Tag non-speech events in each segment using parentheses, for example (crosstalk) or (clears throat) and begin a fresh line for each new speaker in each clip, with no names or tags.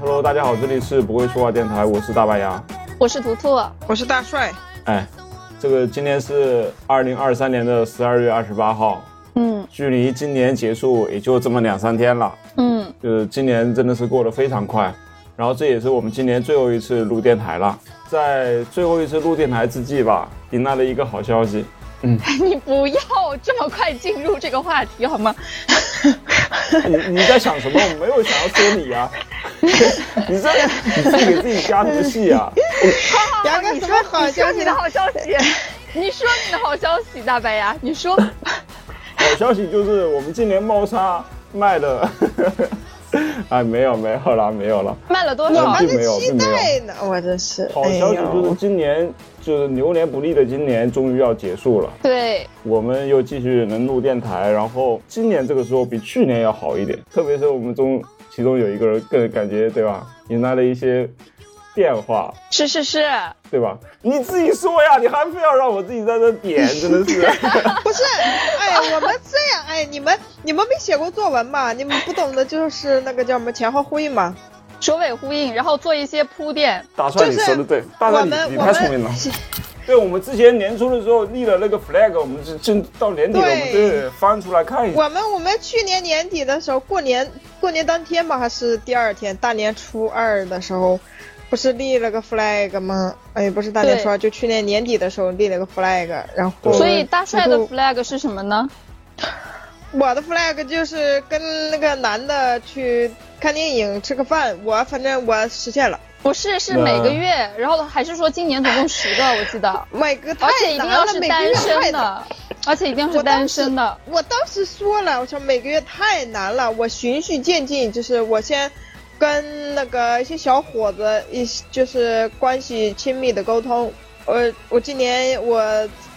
呃大家好，这里是不会说话电台，我是大白牙。
我是图图，
我是大帅，
哎，这个今天是二零二三年的十二月二十八号，
嗯
距离今年结束也就这么两三天了，
嗯，
就是今年真的是过得非常快。然后这也是我们今年最后一次录电台了，在最后一次录电台之际吧，迎来了一个好消息，
(laughs) 你不要这么快进入这个话题好
(laughs)
吗？
你你在想什么？我没有想要说你啊， (laughs) 你这你自己给自己加什么戏啊？
牙哥
你
什
说
么好
你说
消
你
息
的？好消
(laughs)
息，你说你的好消息，大白牙，你说，
好消息就是我们今年猫砂卖了， (laughs) 哎，没有没有啦，没有了。
卖了多
我
少
们？并没有
期待呢，我真是。哎
好消息就是今年就是牛年不利的今年终于要结束了，
对，
我们又继续能录电台，然后今年这个时候比去年要好一点，特别是我们中其中有一个人更感觉对吧，迎来了一些变化。
是是是，
对吧？你自己说呀，你还非要让我自己在这点，真的
(laughs)
是。
哎呦不是，哎， (laughs) 我们这样，哎，你们你们没写过作文嘛？你们不懂的就是那个叫什么前后呼应嘛？
首尾呼应，然后做一些铺垫。
大帅，你说的对，大
我
帅
们
你你
我
太聪明
们
了。对，我们之前年初的时候立了那个 flag，我们是真到年底了，我
对
们得翻出来看一下。
(laughs) 我们我们去年年底的时候，过年过年当天吧，还是第二天，大年初二的时候，不是立了个 flag 吗？哎，不是大年初二，就去年年底的时候立了个 flag，然后
所以大帅的
然后
flag 是什么呢？
我的 flag 就是跟那个男的去看电影、吃个饭，我反正我实现了。
不是，是
那
每个月，然后还是说今年总共十个，我记得，
每个太
而且一定
难
要
了，
是
每个
单
月太
身
难。
的，而且一定要是
我当
单
时
身的。
我当时说了，我说每个月太难了，我循序渐进，就是我先跟那个一些小伙子一些就是关系亲密的沟通。我我今年我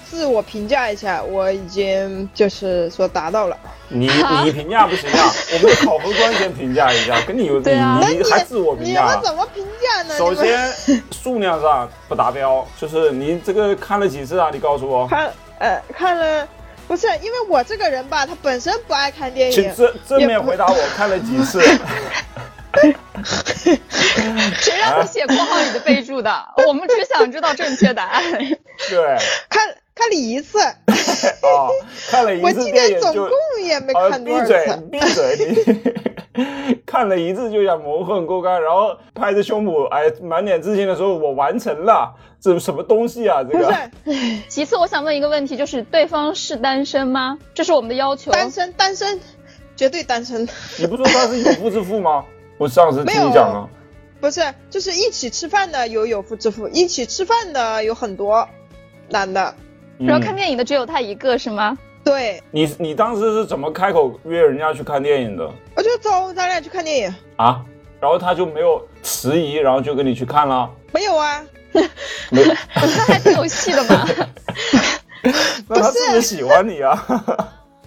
自我评价一下，我已经就是说达到了。
你你评价不行啊？ (laughs) 我们的考核官先评价一下，跟你有
对啊
你
那
你
你
还自我评
你
价
们
啊？
怎么评价呢？
首
你们
先数量上不达标，就是你这个看了几次啊？你告诉
(laughs)
我。
看呃看了，不是因为我这个人吧，他本身不爱看电
请
影，
正正面回答我看了几次？
谁让你写括号里的备注的？ (laughs) 我们只想知道正确答案。
对
看看了一次，
啊，看了一
我
次
今
电
年
影
总
就
共也没
啊，
看
闭
多少
嘴
次。，
闭嘴！你 (laughs) 看了一次就想仇恨过干，然后拍着胸脯，哎，满脸自信的说：“我完成了，这什么东西啊？这
不
个
是
(laughs) 其次，我想问一个问题，就是对方是单身吗？这是我们的要求。
单身，单身，绝对单身。
你不说他是有妇之夫吗？我上次听
没
你
有
讲了，
不是，就是一起吃饭的有有夫之妇，一起吃饭的有很多男的。
然后看
嗯、
电影的只有他一个是吗？ (laughs)
对，
你你当时是怎么开口约人家去看电影的
我就走，咱俩去看电影。
啊？然后他就没有迟疑，然后就跟你去看了。
没有啊，
没，
那还挺有戏的嘛。 (laughs)
那他是不是喜欢你啊？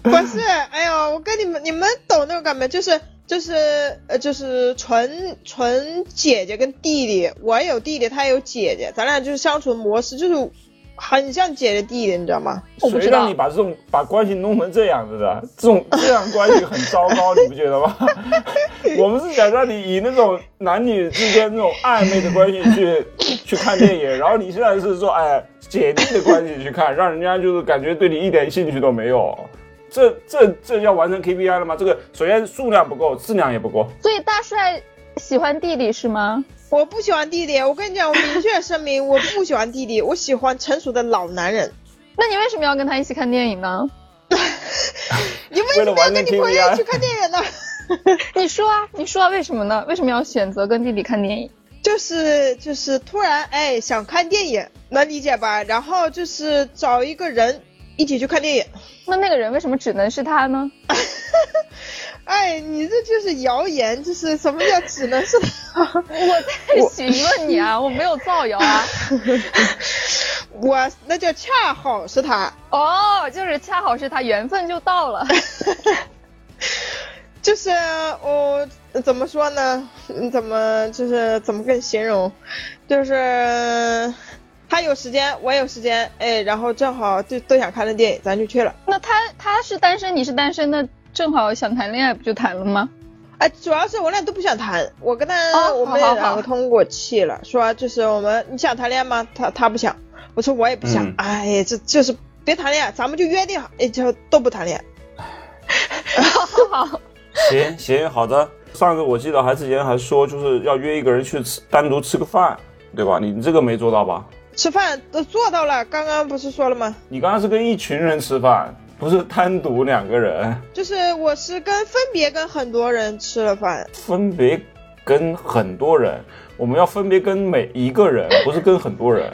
不是，哎呦，我跟你们，你们懂那种感觉，就是就是呃，就是纯纯姐姐跟弟弟，我也有弟弟，他也有姐姐，咱俩就是相处模式就是很像姐姐弟弟，你知道吗？
我不
谁
知道
让你把这种把关系弄成这样子的？这种 (laughs) 这样关系很糟糕，你不觉得吗？ (laughs) 我们是想让你以那种男女之间那种暧昧的关系去 (coughs) 去看电影，然后你现在是说，哎，姐弟的关系去看，让人家就是感觉对你一点兴趣都没有。这这这要完成 KPI 了吗？这个首先数量不够，质量也不够。
所以大帅喜欢弟弟是吗？
我不喜欢弟弟，我跟你讲，我明确声明，我不喜欢弟弟，我喜欢成熟的老男人。
那你为什么要跟他一起看电影呢？
你为什么要跟你朋友去看电影呢？ (laughs)
你说啊，你说啊，为什么呢？为什么要选择跟弟弟看电影？
就是就是突然哎想看电影，能理解吧？然后就是找一个人一起去看电影。
那那个人为什么只能是他呢？
哎，你这就是谣言，就是什么叫只能是他？ (laughs)
我在询问你啊，我没有造谣 (laughs) 啊。
我那叫恰好是他，
哦，就是恰好是他，缘分就到 (laughs) 了。
就是我、怎么说呢？嗯怎么就是怎么跟你形容？就是他有时间，我有时间，哎，然后正好就都想看的电影，咱就去了。
那他他是单身，你是单身，那正好想谈恋爱不就谈了吗？
哎，主要是我俩都不想谈。我跟他，
哦
我们
好好
两
好
个通过气了，说就是我们你想谈恋爱吗？他他不想，我说我也不想。
嗯
哎呀，这就是别谈恋爱，咱们就约定好，哎，就都不谈恋爱。
好，
(coughs) 行行，好的。上次我记得还之前还说，就是要约一个人去吃，单独吃个饭，对吧？你这个没做到吧？
吃饭都做到了，刚刚不是说了吗？
你刚刚是跟一群人吃饭，不是单独两个人，
就是我是跟分别跟很多人吃了饭，
分别跟很多人，我们要分别跟每一个人，不是跟很多人。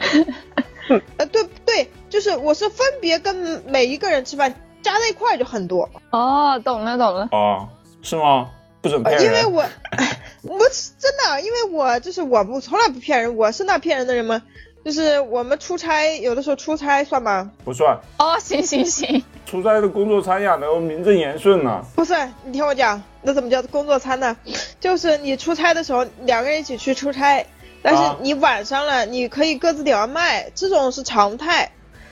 呃，对对，就是我是分别跟每一个人吃饭，加在一块儿就很多。
哦，懂了懂了，
哦，是吗？不准
呃
骗
因为
人。
我， (laughs) 我是真的，因为我就是我不从来不骗人，我是那骗人的人吗？就是我们出差，有的时候出差算吧，
不算，
哦，行行行，
出差的工作餐呀，能名正言顺呢、
不是你听我讲，那怎么叫工作餐呢？ (laughs) 就是你出差的时候，两个人一起去出差，但是
啊
你晚上了，你可以各自点外卖，这种是常态。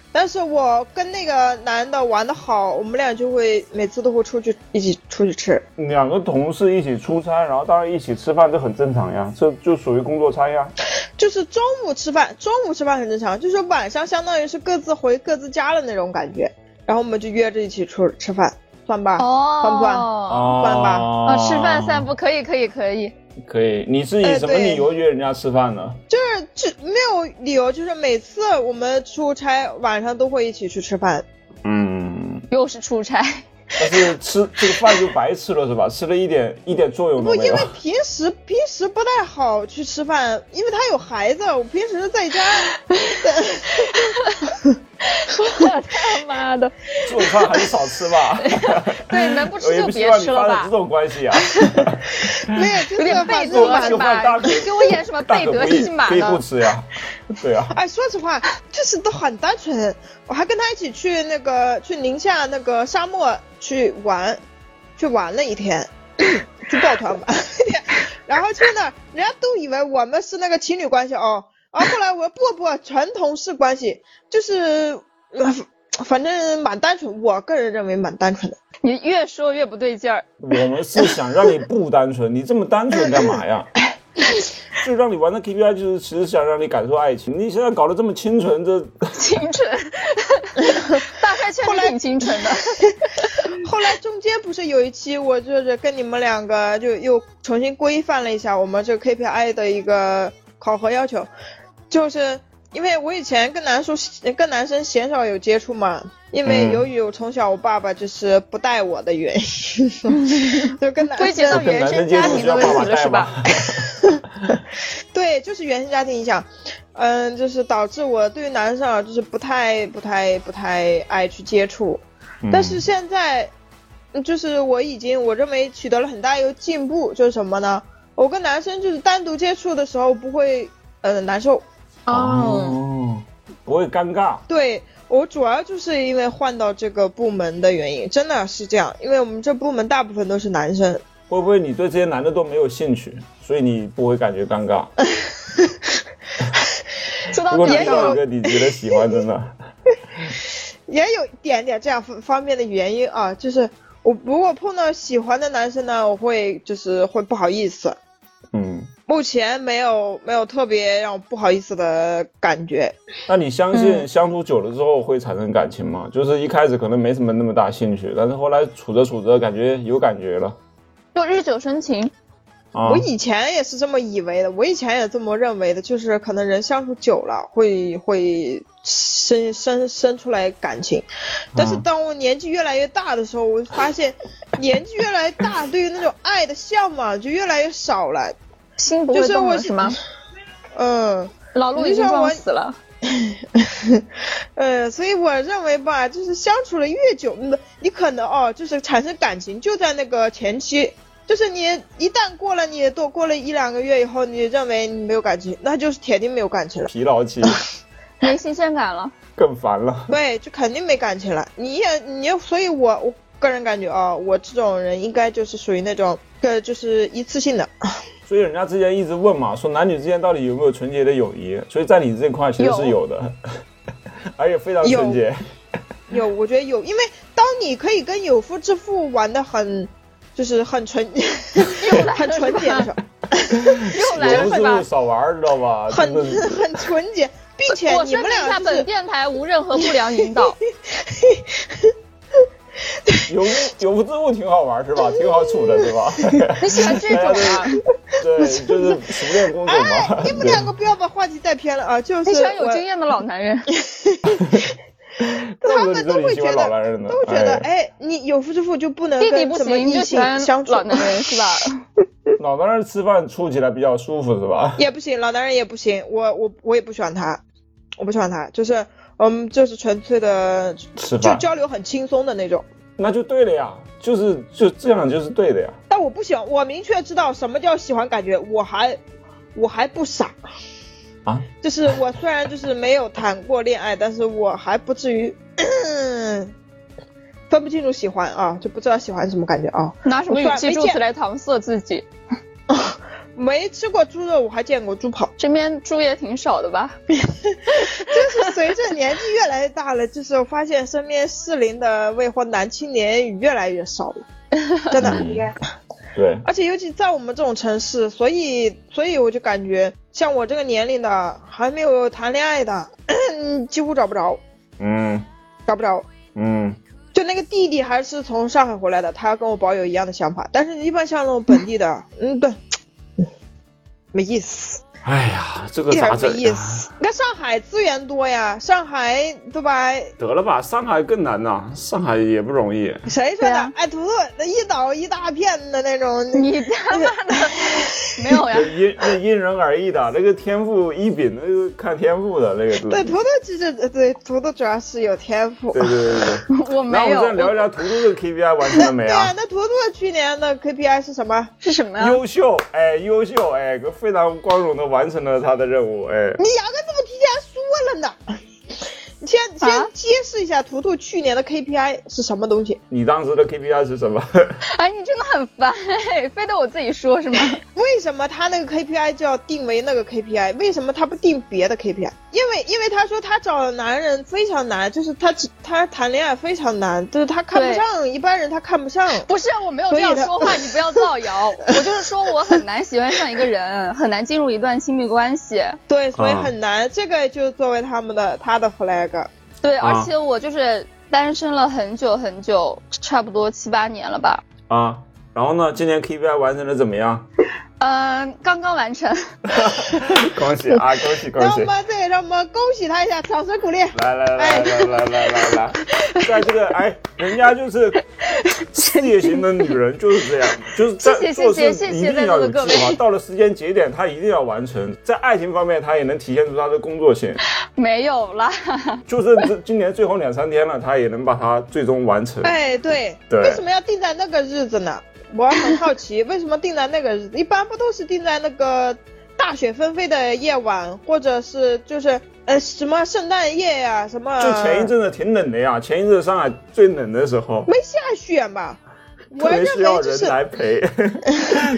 但是我跟那个男的玩的好，我们俩就会每次都会出去一起出去吃。
两个同事一起出差，然后当然一起吃饭，这很正常呀，这就属于工作餐呀。
就是中午吃饭，中午吃饭很正常，就是晚上相当于是各自回各自家了那种感觉，然后我们就约着一起出吃饭，算吧。
哦，
算不算饭吧
啊，吃饭散步可以可以可以，
可以，你是以
哎
什么
对
理由约人家吃饭呢？
就是这没有理由，就是每次我们出差晚上都会一起去吃饭。
嗯，
又是出差，
但是吃这个饭就白吃了是吧？吃了一点一点作用都
不，
没
因
有
为。平时平时不太好去吃饭，因为他有孩子，我平时
(laughs)
在家。 (laughs)
我他 (laughs) 妈的，
这种饭还是少吃吧。
(laughs) 对，能
(laughs)
不
我
吃
也
就
不希
别
望你
吃了
发展这
吧。
种关系啊。
(laughs)
没有，就
有
是
点
反
背
正
德
吧
这
是
个饭
吧？
大
你
腿
给我演什么
(laughs) 大
背
可
德
不
戏
必
码
可以不
呢？
吃呀。对啊，
(laughs) 哎，说实话，就是都很单纯。我还跟他一起去那个去宁夏那个沙漠去玩，去玩了一天，去抱团玩了一天。然后去那儿，人家都以为我们是那个情侣关系哦。然后后来我说不不，纯同事关系，就是、呃反正蛮单纯。我个人认为蛮单纯的。
你越说越不对劲儿。
我们是想让你不单纯，你这么单纯干嘛
(laughs)
呀？就让你玩的 KPI 就是其实想让你感受爱情，你现在搞得这么清纯，这
清纯，大帅确实挺清纯的。
(laughs) 后来中间不是有一期，我就是跟你们两个就又重新规范了一下我们这个 KPI 的一个考核要求，就是因为我以前跟男生跟男生鲜少有接触嘛，因为
嗯
由于我从小我爸爸就是不带我的原
(laughs)
因，就跟男
归结到
生
跟
原
男
生
生接
家
触
庭
需
的
要
问
爸爸
题了，
带
是
吗
吧？？
对，就是原生家庭影响，嗯，就是导致我对于男生啊，就是不太不太不太爱去接触，
嗯
但是现在，嗯就是我已经我认为取得了很大一个进步，就是什么呢？我跟男生就是单独接触的时候不会呃难受，
哦，
哦，不会尴尬。
对我主要就是因为换到这个部门的原因，真的是这样，因为我们这部门大部分都是男生，
会不会你对这些男的都没有兴趣，所以你不会感觉尴尬？
说到
如果
这
遇
也有
到一个你觉得喜欢，真的，
也有一点点这样方方面的原因啊，就是我如果碰到喜欢的男生呢，我会就是会不好意思，
嗯，
目前没有没有特别让我不好意思的感觉，
那你相信
嗯
相处久了之后会产生感情吗？就是一开始可能没什么那么大兴趣，但是后来处着处着感觉有感觉了
就日久生情，
啊
我。以前也是这么以为的，我以前也这么认为的，就是可能人相处久了会会生生生出来感情，但是
嗯
当我年纪越来越大的时候，我就发现年纪越来越大，对于那种爱的向往就越来越少了。
心不
就
会
是
动
我
了是吗？
嗯
老陆已经撞死了，
(laughs) 呃，所以我认为吧，就是相处了越久，嗯你可能哦，就是产生感情就在那个前期。就是你一旦过了你多过了一两个月以后，你认为你没有感情，那就是铁定没有感情了。
疲劳期 (coughs)
没新鲜
(laughs)
感了。
更烦了。
对，就肯定没感情了。你也，你也，所以我我个人感觉啊、我这种人应该就是属于那种，呃，就是一次性的。
所以人家之前一直问嘛，说男女之间到底有没有纯洁的友谊？所以在你这块其实是有的， (laughs) 而且非常纯洁。
有，我觉得有，因为当你可以跟有夫之妇玩的很，就是很纯， (laughs)
又来了
很纯洁的时候，
又来
有的
了是
时
吧
候？少玩，知道吧？
很
真的 (laughs) 是
很纯洁，并且
我
你
声
们
明一下，
俩
本
是
电台无任何不良引
(laughs)
导。
有有之物挺好玩是
嗯
吧？挺好处的是吧？
(laughs)
你喜欢这种啊？
对，就是熟练工种嘛。
哎你们
对
两个不要把话题带偏了啊！就是
(laughs) 你喜欢有
我
经验的老男人？
怪
他
不得你
们都
这里
会
喜
觉
欢老
得
男人呢，
都觉得，哎，你有夫之妇就不能
弟弟
跟
不
什么
行，
异
就喜
性
欢
相处
老，男人是
(laughs)
吧？ (laughs)
老男人吃饭处起来比较舒服是吧？
也不行，老男人也不行，我我我也不喜欢他，我不喜欢他，就是嗯，就是纯粹的，
吃
就
饭
交流很轻松的那种。
(laughs) 那就对了呀，就是就这样就是对的呀。
但我不喜欢，我明确知道什么叫喜欢感觉，我还我还不傻
啊，
就是我虽然就是没有谈过恋爱，但是我还不至于分不清楚喜欢啊，就不知道喜欢什么感觉啊。
拿什么语气助
我算没
词
见
来搪塞自己？
没吃过猪肉，我还见过猪跑。 (laughs)
这边猪也挺少的吧？
就是随着年纪越来越大了，就是我发现身边适龄的未婚男青年越来越少了，真的。
嗯对，
而且尤其在我们这种城市，所以所以我就感觉像我这个年龄的还没有谈恋爱的， (coughs) 几乎找不着，
嗯
找不着。
嗯，
就那个弟弟还是从上海回来的，他跟我保有一样的想法，但是一般像那种本地的，嗯，对，没意思。
哎呀，这个啊
一点
咋
儿没
整
意
呀？
思。你看上海资源多呀，上海对吧？
得了吧，上海更难呐，上海也不容易。
谁说
对
的？
啊
哎，图图那一岛一大片的那种，
你他妈
(laughs)
的没有呀
这？因那因人而异的，那个天赋异禀，那个看天赋的那个东
对
西。
图图其实对图图主要是有天赋。
对对对对。
我
那我
没
们
有
再。聊一聊图图这个 KPI 完成了没
对
啊
啊，？那图图去年的 KPI 是什么？
是什么呀？
优秀，哎，优秀，哎，非常光荣的完成了他的任务，哎，
你牙根怎么提前说了呢？ (laughs) 你先
啊
先揭示一下图图去年的 KPI 是什么东西？
你当时的 KPI 是什么？
哎，你真的很烦，哎，非得我自己说是吗？
为什么他那个 KPI 就要定为那个 KPI？为什么他不定别的 KPI？因为因为他说他找男人非常难，就是他只他谈恋爱非常难，就是他看不
对
上一般人，他看不上。
不是，啊我没有这样说话，你不要造谣。我就是说我很难喜欢上一个人，很难进入一段亲密关系。
对，所以
啊
很难。这个就作为他们的他的 flag。
对，
啊
而且我就是单身了很久很久，差不多七八年了吧。
啊，然后呢，今年 KPI 完成的怎么
(laughs)
样？
嗯、刚刚完成。 (laughs)
恭喜啊，恭喜恭
让
喜
我！们这个让我们恭喜他一下，掌声鼓励。
来来来
哎
来来来来来，在这个哎，人家就是事业型的女人就是
(laughs)
这样，就是在
谢谢
做
谢谢
事
谢
一
谢
定要有
在座的各位
计划，到了时间节点她一定要完成，在爱情方面她也能体现出她的工作
(laughs)
性，
没有啦，
就是这今年最后两三天了，她也能把它最终完成。
哎，对，
对
为什么要定在那个日子呢？我很
(laughs)
好奇，为什么定在那个日子？一般不都是定在那个大雪纷飞的夜晚，或者是就是呃什么圣诞夜呀、什么？
就前一阵子挺冷的呀，前一阵子上海最冷的时候，
没下雪吧？
特
我
别
认
需要
为就
人啊
是，
来
(laughs)
陪，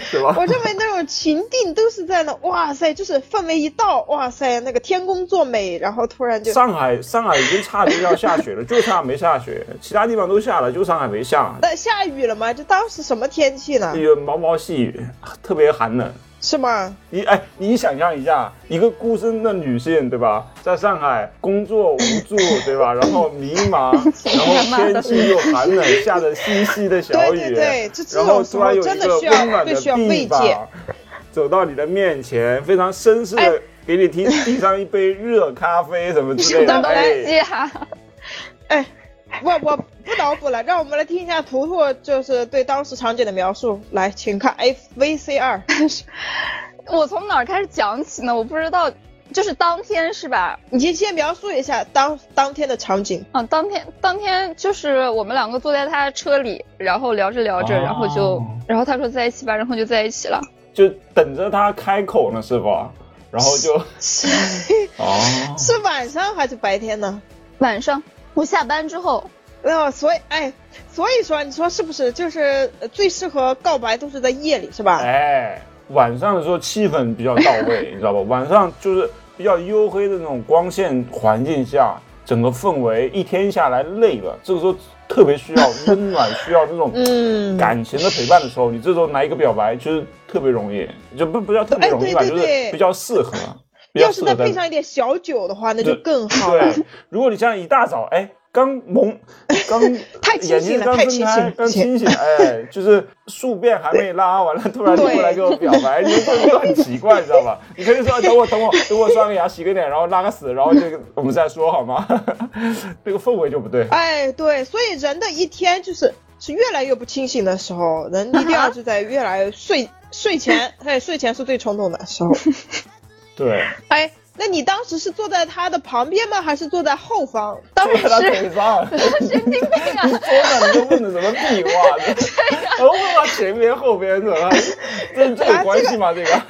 是吧
我？认为那种情定都是在那，哇塞，就是氛围一到，哇塞，那个天公作美，然后突然就
上海上海已经差点要下雪了， (laughs) 就差没下雪，其他地方都下了，就上海没下，
那下雨了吗？就当时什么天气呢？
有毛毛细雨，特别寒冷。
是吗？
你哎，你想象一下，一个孤身的女性，对吧？在上海工作无助， (coughs) 对吧？然后迷
(laughs)
茫，然后天气又寒冷，下着淅淅的小雨，
对对对这这
然后
种时
突
候
然有一
真的
个
需要
温暖的
最需要
臂
慰藉
膀走到你的面前，非常绅士的
哎
给你递递上一杯热咖啡什么之类
什么
的，
东
哎，
西啊？
哎，我我不脑补了，让我们来听一下图图就是对当时场景的描述。来，请看 F V C 二，
(laughs) 我从哪儿开始讲起呢？我不知道，就是当天是吧？
你先先描述一下当当天的场景。
啊，当天当天就是我们两个坐在他车里，然后聊着聊着，
哦
然后就，然后他说在一起吧，然后就在一起了。
就等着他开口呢，是吧？然后
(laughs)
就哦，
是晚上还是白天呢？
晚上我下班之后， (laughs)
那、所以哎，所以说你说是不是就是呃最适合告白都是在夜里是吧？
哎，晚上的时候气氛 (laughs) 比较到位，你知道吧？晚上就是比较黝黑的那种光线环境下，整个氛围一天下来累了，这个时候特别需要温
(laughs)
暖，需要这种
嗯，
感情的陪伴的时候，你这时候来一个表白，就是特别容易，就不不叫特别容易吧，
哎对对
就是
对
比较适合。比较
要是
适
再
合
配
在
上一点小酒的话，那就
对
更好了。
对，如果你像一大早，哎，刚
(laughs)
蒙，刚
太清
眼
醒
睛
了
刚
太
睁
清醒
开，
了
刚清
(laughs)
醒，哎，就是宿便还没拉完了，突然就过来
对
给我表白，你就就很奇怪，你知道
(laughs)
吧？你可以说等我等我等我刷个牙洗个脸，然后拉个屎，然后这个我们再说好吗？ (laughs) 这个氛围就不对。
哎，对，所以人的一天就是是越来越不清醒的时候，人一定要是在越来越睡睡前，哎，睡前是最冲动的时候。
对，
哎，那你当时是坐在他的旁边吗？还是坐在后方？当
坐在他腿上，
神经病啊！
桌上你就问的什么屁话？
(laughs)
然后问到前边后边怎么？这这有关系吗？这个？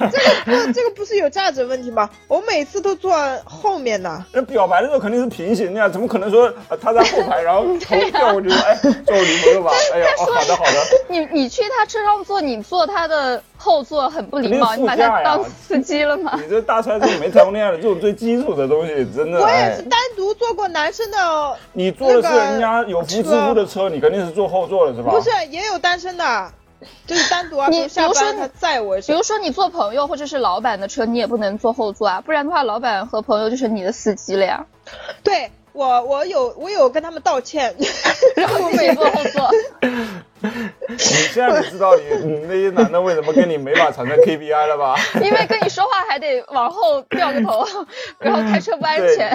那这个不是有价值问题吗？我每次都坐后面呢。
那表白的时候肯定是平行的呀，怎么可能说、呃他在后排，然后头掉过去说，哎，做我女朋友吧？哎呀，哦，好的好的，
你你去他车上坐，你坐他的后座很不礼貌，
肯定是
你把
副驾
他
呀
当司机了吗？
你这大帅哥没谈过恋爱的这种最基础的东西，真的，
我也
哎，
是单独坐过男生的，哦
你坐的是
那个
人家有福之夫的车，你肯定是坐后座的是吧？
不是也有单身的，就是单独啊，
你
比如下
比如说
班
你
他载我一
比
下
如。说你坐朋友或者是老板的车，你也不能坐后座啊，不然的话，老板和朋友就是你的司机了呀。
对我，我有我有跟他们道歉， (laughs) 然
(laughs)
后我
自己
每
坐后座，
你现在你知道你你那些男的为什么跟你没法产生 KPI 了吧？
因为跟你说话还得往后掉个头，然后开车不安全。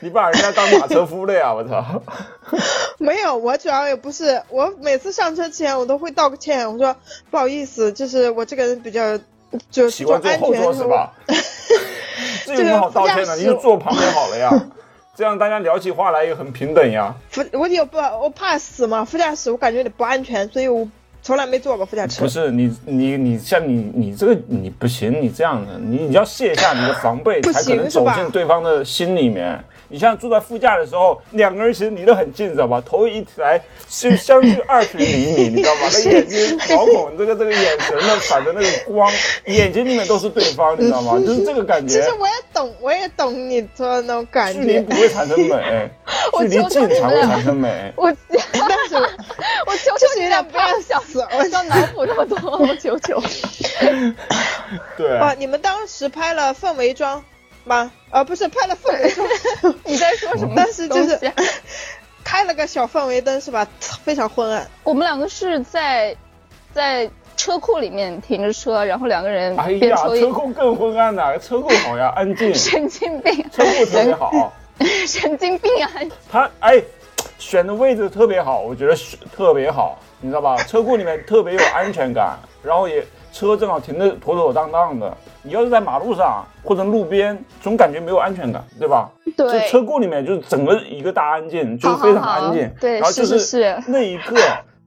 你把人家当马车夫了呀！我操，
没有，我主要也不是，我每次上车之前我都会道个歉，我说不好意思，就是我这个人比较就
喜
注
欢坐
安
后
全
座是吧？这有什么好道
(laughs)
歉的？你就坐旁边好了呀，这样大家聊起话来也很平等呀。
副我有不我怕死嘛，副驾驶我感觉有点不安全，所以我从来没坐过副驾车
不。是你你你像你你这个你不行，你这样的你你要卸下你的防备，
不
才可
行
能
是
走
吧
进对方的心里面。你像坐在副驾的时候，两个人其实离得很近，知道吧？头一抬就相距二十厘米，你知道
(laughs)
吧？那眼睛毛孔，这个这个眼神的反的那个光，眼睛里面都是对方，你知道吗？就是这个感
其
觉
实，我也懂，我也懂你说的那种感
距离
觉
不，会产生美，
我
距离
求
近
求你
才
们
会
俩
产生美。
我
但是我
(laughs) 我求求你
有
俩
点
不要
怕
想
死。我
要脑补那么多，我求求。
对，
(laughs) 啊，你们当时拍了氛围妆吗？啊，不是拍了氛围妆，
(laughs)
你在说什么？
当时就是
东西啊
开了个小氛围灯是吧？非常昏暗。
我们两个是在在车库里面停着车，然后两个人
哎
边
呀，
抽
车
烟。
库更昏暗呐，车库好呀，安静，车
神经病，
库特别好。
神经病啊！
他哎，选的位置特别好，我觉得选特别好，你知道吧？车库里面特别有安全感，然后也车正好停的妥妥当当的。你要是在马路上或者路边，总感觉没有安全感，对吧？就
对，
车库里面就是整个一个大安静，就是非常安静
好好好。对
然后就是
是是
那一刻。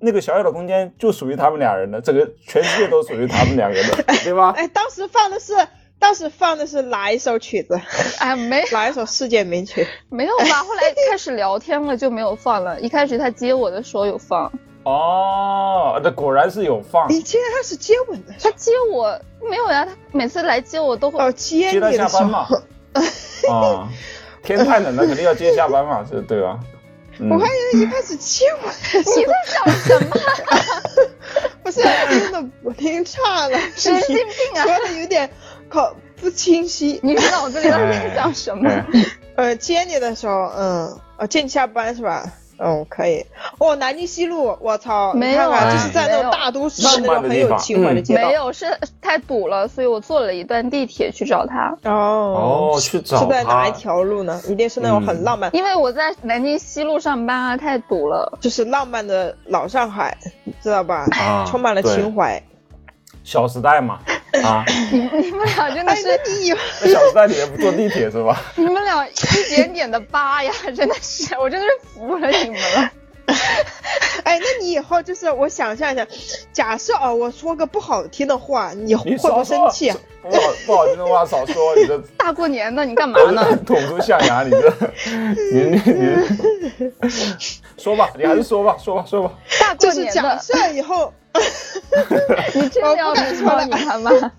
那个小小的空间就属于他们俩人的，整个全世界都属于他们两个人的，对吧？
哎，当时放的是，当时放的是哪一首曲子？
哎，没
哪一首世界名曲？
没有吧？后
(laughs)
来开始聊天了就没有放了。一开始他接我的时候有放，
哦，那果然是有放，
你竟然是接吻的时
他接我没有呀？他每次来接我都
候？哦，
会，
接
接
你
他
的时
下班嘛
(laughs) 候。。
啊，天太冷了，肯定要接下班嘛，是对吧？嗯
我还以为一开始接吻 (laughs) 的时
你在想什么？ (laughs)
候，不是真的我听岔
(laughs)
了，是
神
你
经病啊！
说的有点口不清晰。
你脑子里到底在想什么？
哎
呃，接你的时候，嗯，呃，接你下班是吧？嗯，可以。哦，南京西路，我操，
没有
你看
啊
看，就是在那种大都市
哎没有
那种很有情怀的街道。
没有，是太堵了，所以我坐了一段地铁去找他。
哦
哦去找嗯
是在
他
哪一条路呢？一定是那种很浪漫，
因为我在南京西路上班啊，太堵了。 (laughs)
就是浪漫的老上海，知道吧？
啊
充满了
对
情怀。
小时代嘛，啊，
你你们俩真的
哎，
是，
那你以后
那小时代你也不坐地铁是吧？
(laughs)
你们俩一点点的扒呀，真的是，我真的是服了你们了。 (laughs)
(laughs) 哎，那你以后就是我想象一下，假设啊、我说个不好听的话，你会
你
不
少说
会生气啊？
不好不好听的话少说，你这
大过年的，你干嘛
我
(laughs)
呢？
这捅出象牙，你这，你你你，说吧，你还是说吧，说吧，说吧，
大
就
过
是
年
假
的，
设哦以后，
你真的要
我不敢
逼迫
说了
你他妈？
啊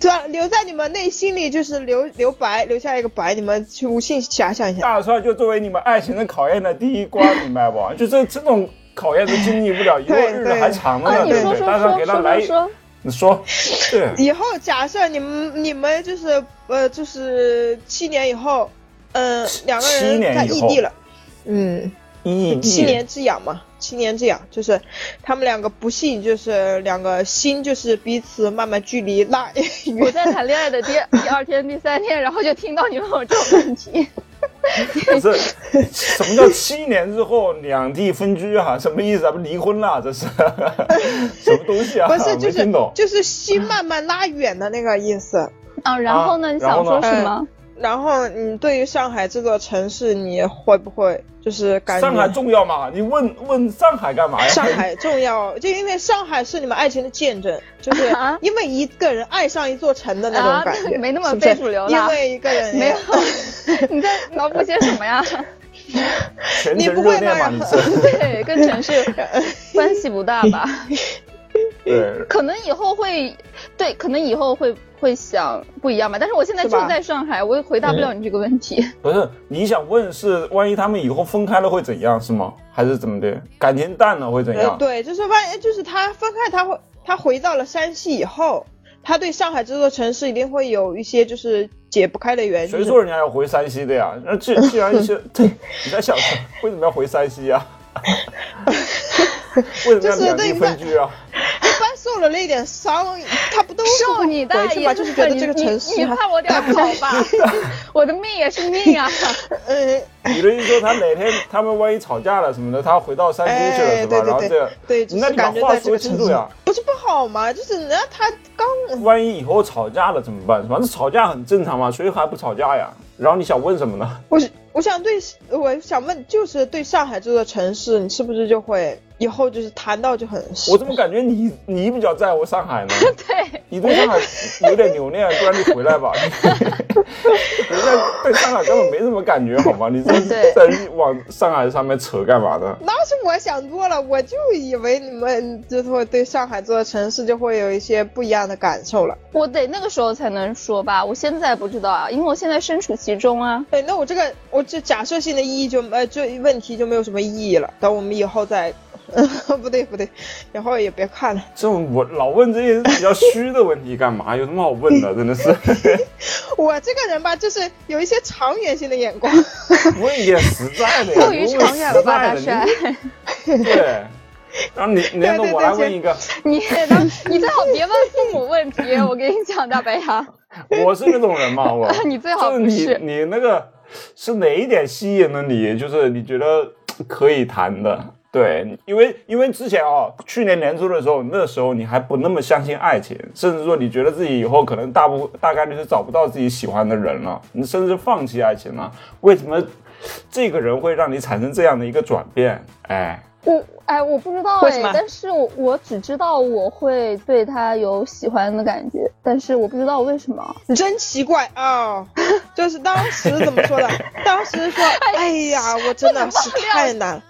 这留留在你们内心里，就是留留白，留下一个白，你们去无限遐想一下。
大帅就作为你们爱情的考验的第一关，明白不？就这这种考验都经历不了，以后
对
日子
对
还长着
啊，
哎
呢，
你
对不
说
对？
说
大帅
说
给他
说
来
说
一，
说，
你说，对，
以后假设你们你们就是呃就是七年以后，嗯、两个
七
人
年
在
以
异
后
地了，嗯，
异
七
地
年之痒嘛，七年之痒就是他们两个不幸就是两个心就是彼此慢慢距离拉
(laughs) 我
远。
在谈恋爱的第第二天、第三天，然后就听到你问我这种问题，
(laughs) 不
(laughs)
是什么叫七年之后两地分居啊？什么意思啊？不离婚了、
(laughs)
这是什么东西啊？
不是，就
没
是
听懂。
就是心慢慢拉远的那个意思。
(laughs) 啊，然后呢？
啊
你
然后呢
想说什么？
然后你对于上海这座城市，你会不会就是感觉
上海重要吗？你问问上海干嘛呀？
上海重要？就因为上海是你们爱情的见证，就是
啊
因为一个人爱上一座城的那种
啊
感觉，
没那么
是不
非
是
主流了
因为一
(laughs)
个人
哎没有，
(laughs)
你在脑补些什么呀？ (laughs)
全
你
程
不
热
会
恋嘛？
那
你
样 (laughs)
是
对，跟城市关系不大吧？
对。
可能以后会，对，可能以后会会想不一样吧。嗯但是我现在
是
就
吧
在上海，我也回答不了你这个问 (laughs) 题。
不是，你想问是万一他们以后分开了会怎样是吗？还是怎么的？感情淡了会怎
呃
样，？
对，就是万一就是他分开，他会他回到了山西以后，他对上海这座城市一定会有一些就是解不开的原
谁
因。
说人家要回山西的呀？那
(laughs)
既既然一些，对， (laughs) 你在想为什么要回山西
(laughs)
呀？为什么要两地分居啊？
一般受了那点伤，他不都是
受你大
回去
爷！
嘛就是觉得这个城市
你你
还
怕我点好吧？ (laughs) 我的命也是命啊！
嗯，
你的意思说他哪天他们万一吵架了什么的，他回到山西去了
哎
是
对
吧？
对
然后
对
这
对，就
那
是
你把
感觉
话
在这
说
个
清
城
楚
市
呀。
不是不好嘛，就是人家他刚
万一以后吵架了怎么办？反正吵架很正常嘛，谁还不吵架呀？然后你想问什么呢？ (laughs)
我是我想对，我想问，就是对上海这座城市，你是不是就会以后就是谈到就很
我怎么感觉你你比较在乎上
(laughs)
海呢？
对，
你对上海有点留恋，不然你回来吧。 (laughs) 人家对上海根本没什么感觉，好吗？你这
对
在往上海上面扯干嘛呢？
那是我想多了，我就以为你们就是会对上海这座城市就会有一些不一样的感受了。
我得那个时候才能说吧，我现在不知道啊，因为我现在身处其中啊。
对，那我这个我这假设性的意义就呃这问题就没有什么意义了。等我们以后再， (laughs) 不对不对，以后也别看了。
这种我老问这些比较虚的问题干嘛？有什么好问的？真的是
我这个人吧，就是有一些长远性的眼
(laughs)
光。
(laughs) 问一点实在的呀，
过于
你问
长远了吧，大
实在
帅
的？你对。然后你，你让
对对
我来
对
问一个，
(laughs) 你也当你最好别问父母问题，我跟你讲，大白牙。
我是那种人嘛，我
(laughs) 你最好
就
不
你
是
你那个是哪一点吸引了你？就是你觉得可以谈的，对，因为因为之前啊，去年年初的时候，那时候你还不那么相信爱情，甚至说你觉得自己以后可能大部大概率是找不到自己喜欢的人了，你甚至放弃爱情了。为什么这个人会让你产生这样的一个转变？哎，
我哎，我不知道
为
哎
什么，
但是我我只知道我会对他有喜欢的感觉，但是我不知道为什么。
你真奇怪啊、就是当时怎么
(laughs)
说的？当时说，哎呀，我真的是太难了。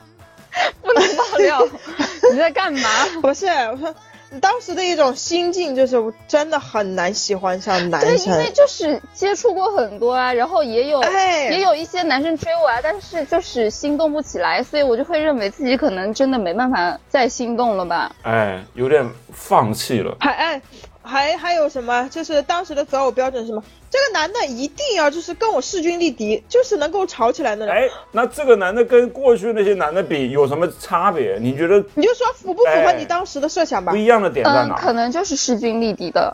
不能爆料， (laughs) 你在干嘛？
不是，我说你当时的一种心境就是，我真的很难喜欢上男
对，因为
生。
就是接触过很多啊，然后也有、
哎
也有一些男生追我啊，但是就是心动不起来，所以我就会认为自己可能真的没办法再心动了吧。
哎，有点放弃了。
还哎，还还有什么？就是当时的择偶标准是什么？这个男的一定要就是跟我势均力敌，就是能够吵起来那种。
哎，那这个男的跟过去那些男的比有什么差别？你觉得
你就说符不符合
哎
你当时的设想吧？
不一样的点在
嗯，
哪？
可能就是势均力敌的。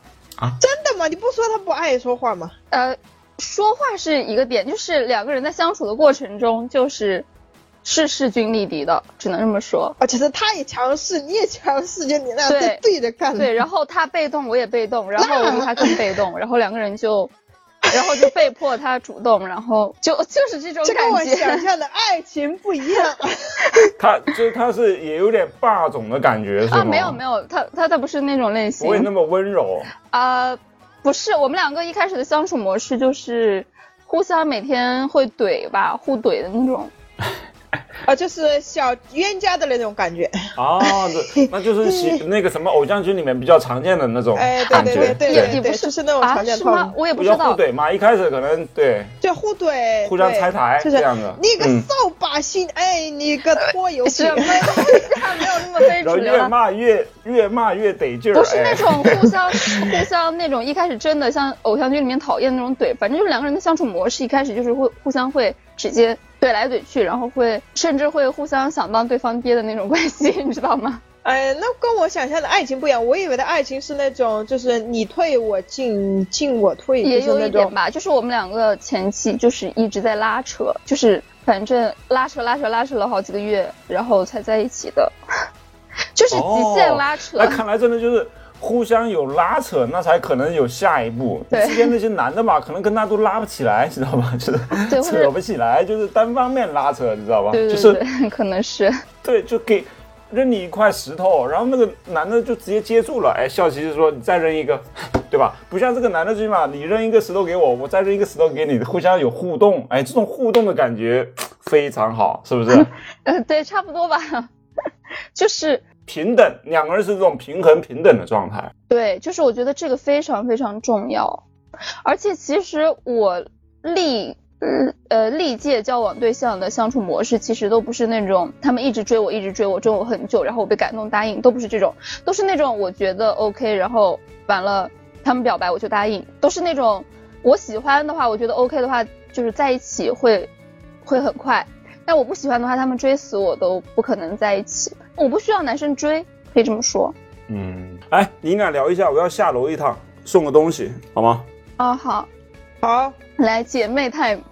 真的吗？你不说他不爱说话吗？
呃，说话是一个点，就是两个人在相处的过程中，就是是势均力敌的，只能这么说。
而且是他也强势，你也强势，就你俩
对
对对着干。
对，然后他被动，我也被动，然后我比他更被动，然后两个人就，然后就被迫他主动，然后就就是这种
这跟我
感
想
觉。
象的爱情不
(laughs)
一样。
他就是他是也有点霸总的感觉，是吗？
啊，没有没有，他他他不是那种类
不会那
型。
么温柔。
啊、不是，我们两个一开始的相处模式就是互相每天会怼吧，互怼的那种。
啊，就是小冤家的那种感觉。
啊，对，那就是喜那个什么偶像剧里面比较常见的那种
哎，对
感
对
觉，
对对
也
对
也不
对，
是
就是那种
啊
常见
是
套路。
吗？我也不
比
知
较互
道。
怼嘛，一开始可能对
对，互怼，
互相
对
拆台
就是
这样的
你个
嗯
扫把星，哎，你个拖油
什
(laughs) 瓶
么，东西啊？ (laughs) 没有那么
(laughs)
非
然后
主流
越
了。
骂越越骂越得劲儿，
不是那
哎
种互相互相那种一开始真的像偶像剧里面讨厌那种怼，反正就是两个人的相处模式，一开始就是会互相会直接怼来怼去，然后会甚至会互相想当对方爹的那种关系， (laughs) 你知道吗？
哎，那跟我想象的爱情不一样。我以为的爱情是那种，就是你退我进，你进我退，
也
就是
有
那
一点
种。
吧，就是我们两个前期就是一直在拉扯，就是反正拉扯拉扯拉扯了好几个月，然后才在一起的， (laughs) 就是极限拉扯。
哦那哎看来真的就是互相有拉扯，那才可能有下一步。
对
之间那些男的吧，可能跟他都拉不起来，知道吗？ (laughs) 就是
对或者
扯不起来，就是单方面拉扯，你知道吧？
对对
就
对， (laughs)
是
可能是
对，就给扔你一块石头，然后那个男的就直接接住了。哎，笑琪就说你再扔一个，对吧？不像这个男的最起码你扔一个石头给我，我再扔一个石头给你，互相有互动。哎，这种互动的感觉非常好，是不
(laughs)
是？
呃，对，差不多吧， (laughs) 就是
平等，两个人是这种平衡平等的状态。
对，就是我觉得这个非常非常重要，而且其实我历呃呃历届交往对象的相处模式，其实都不是那种他们一直追我，一直追我，追我很久，然后我被感动答应，都不是这种，都是那种我觉得 OK，然后完了他们表白我就答应，都是那种我喜欢的话，我觉得 OK 的话，就是在一起会会很快，但我不喜欢的话，他们追死我都不可能在一起，我不需要男生追，可以这么说
嗯，哎，你俩聊一下，我要下楼一趟，送个东西，好吗？
啊，好。
好，
来姐妹 time，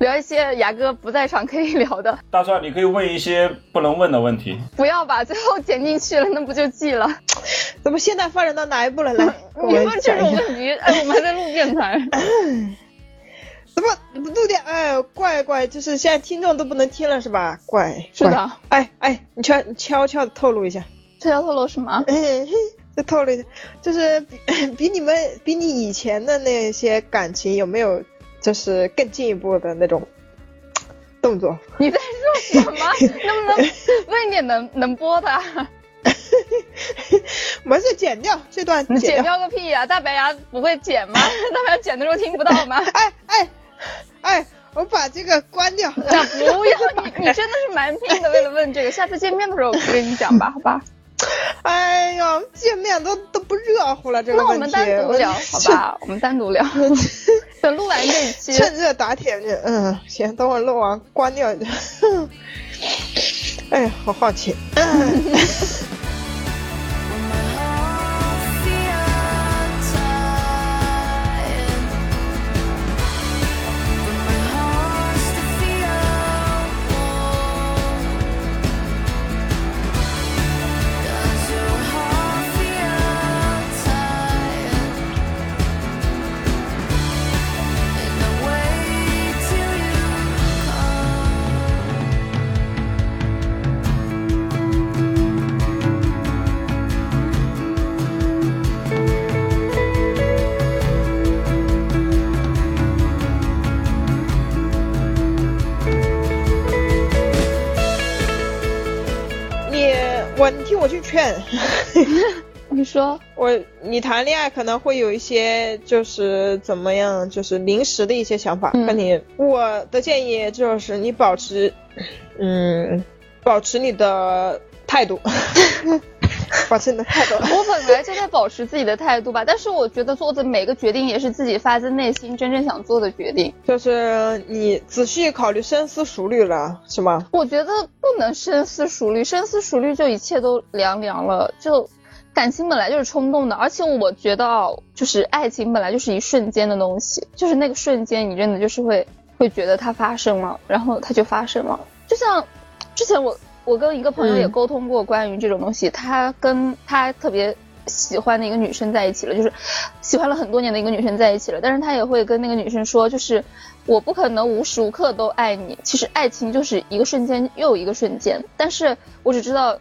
聊一些牙哥不在场可以聊的，
大帅，你可以问一些不能问的问题。
不要把最后剪进去了，那不就记了？
怎么现在发展到哪一步了？来，我
(laughs) 你
们
问这
讲
种
一下。
问题，哎，我们还在录电
(laughs)
台，
怎么录点？哎，怪怪，就是现在听众都不能听了是吧？怪，怪
是。的，
哎哎，你悄你悄悄的透露一下，
这要透露什么？
哎，再透露一下，就是比 (coughs) 比你们比你以前的那些感情有没有就是更进一步的那种动作？
你在说
(laughs)
什么？能不能问一点能能播的？
没事，剪掉这段
你嗯
剪
剪掉个屁呀、大白牙不会剪吗？ (laughs) 大白牙剪的时候听不到
(laughs)
吗？
哎哎哎，我把这个关掉。
那不要你，你真的是蛮拼的，为了问这个，下次见面的时候我跟你讲吧，好吧？
哎呀，见面都都不热乎了，这个
那我
问题。
们单独聊，好吧？我们单独聊。 (laughs) 等录完这一期
趁？，趁热打铁，这嗯，行，等我录完关掉。 (laughs) 哎呀，好好奇。你我，你听我去劝。
你
(laughs)
说
我，你谈恋爱可能会有一些就是怎么样，就是临时的一些想法。
嗯
跟你，我的建议就是你保持，嗯，保持你的态度，保持你的态度。 (laughs)
我本来就在保持自己的态度吧，但是我觉得做的每个决定也是自己发自内心真正想做的决定。
就是你仔细考虑、深思熟虑了，是吗？
我觉得不能深思熟虑，深思熟虑就一切都凉凉了。就感情本来就是冲动的，而且我觉得啊，就是爱情本来就是一瞬间的东西，就是那个瞬间，你真的就是会会觉得它发生了，然后它就发生了。就像之前我我跟一个朋友也
嗯
沟通过关于这种东西，他跟他特别喜欢的一个女生在一起了，就是喜欢了很多年的一个女生在一起了，但是他也会跟那个女生说，就是我不可能无时无刻都爱你，其实爱情就是一个瞬间又一个瞬间，但是我只知道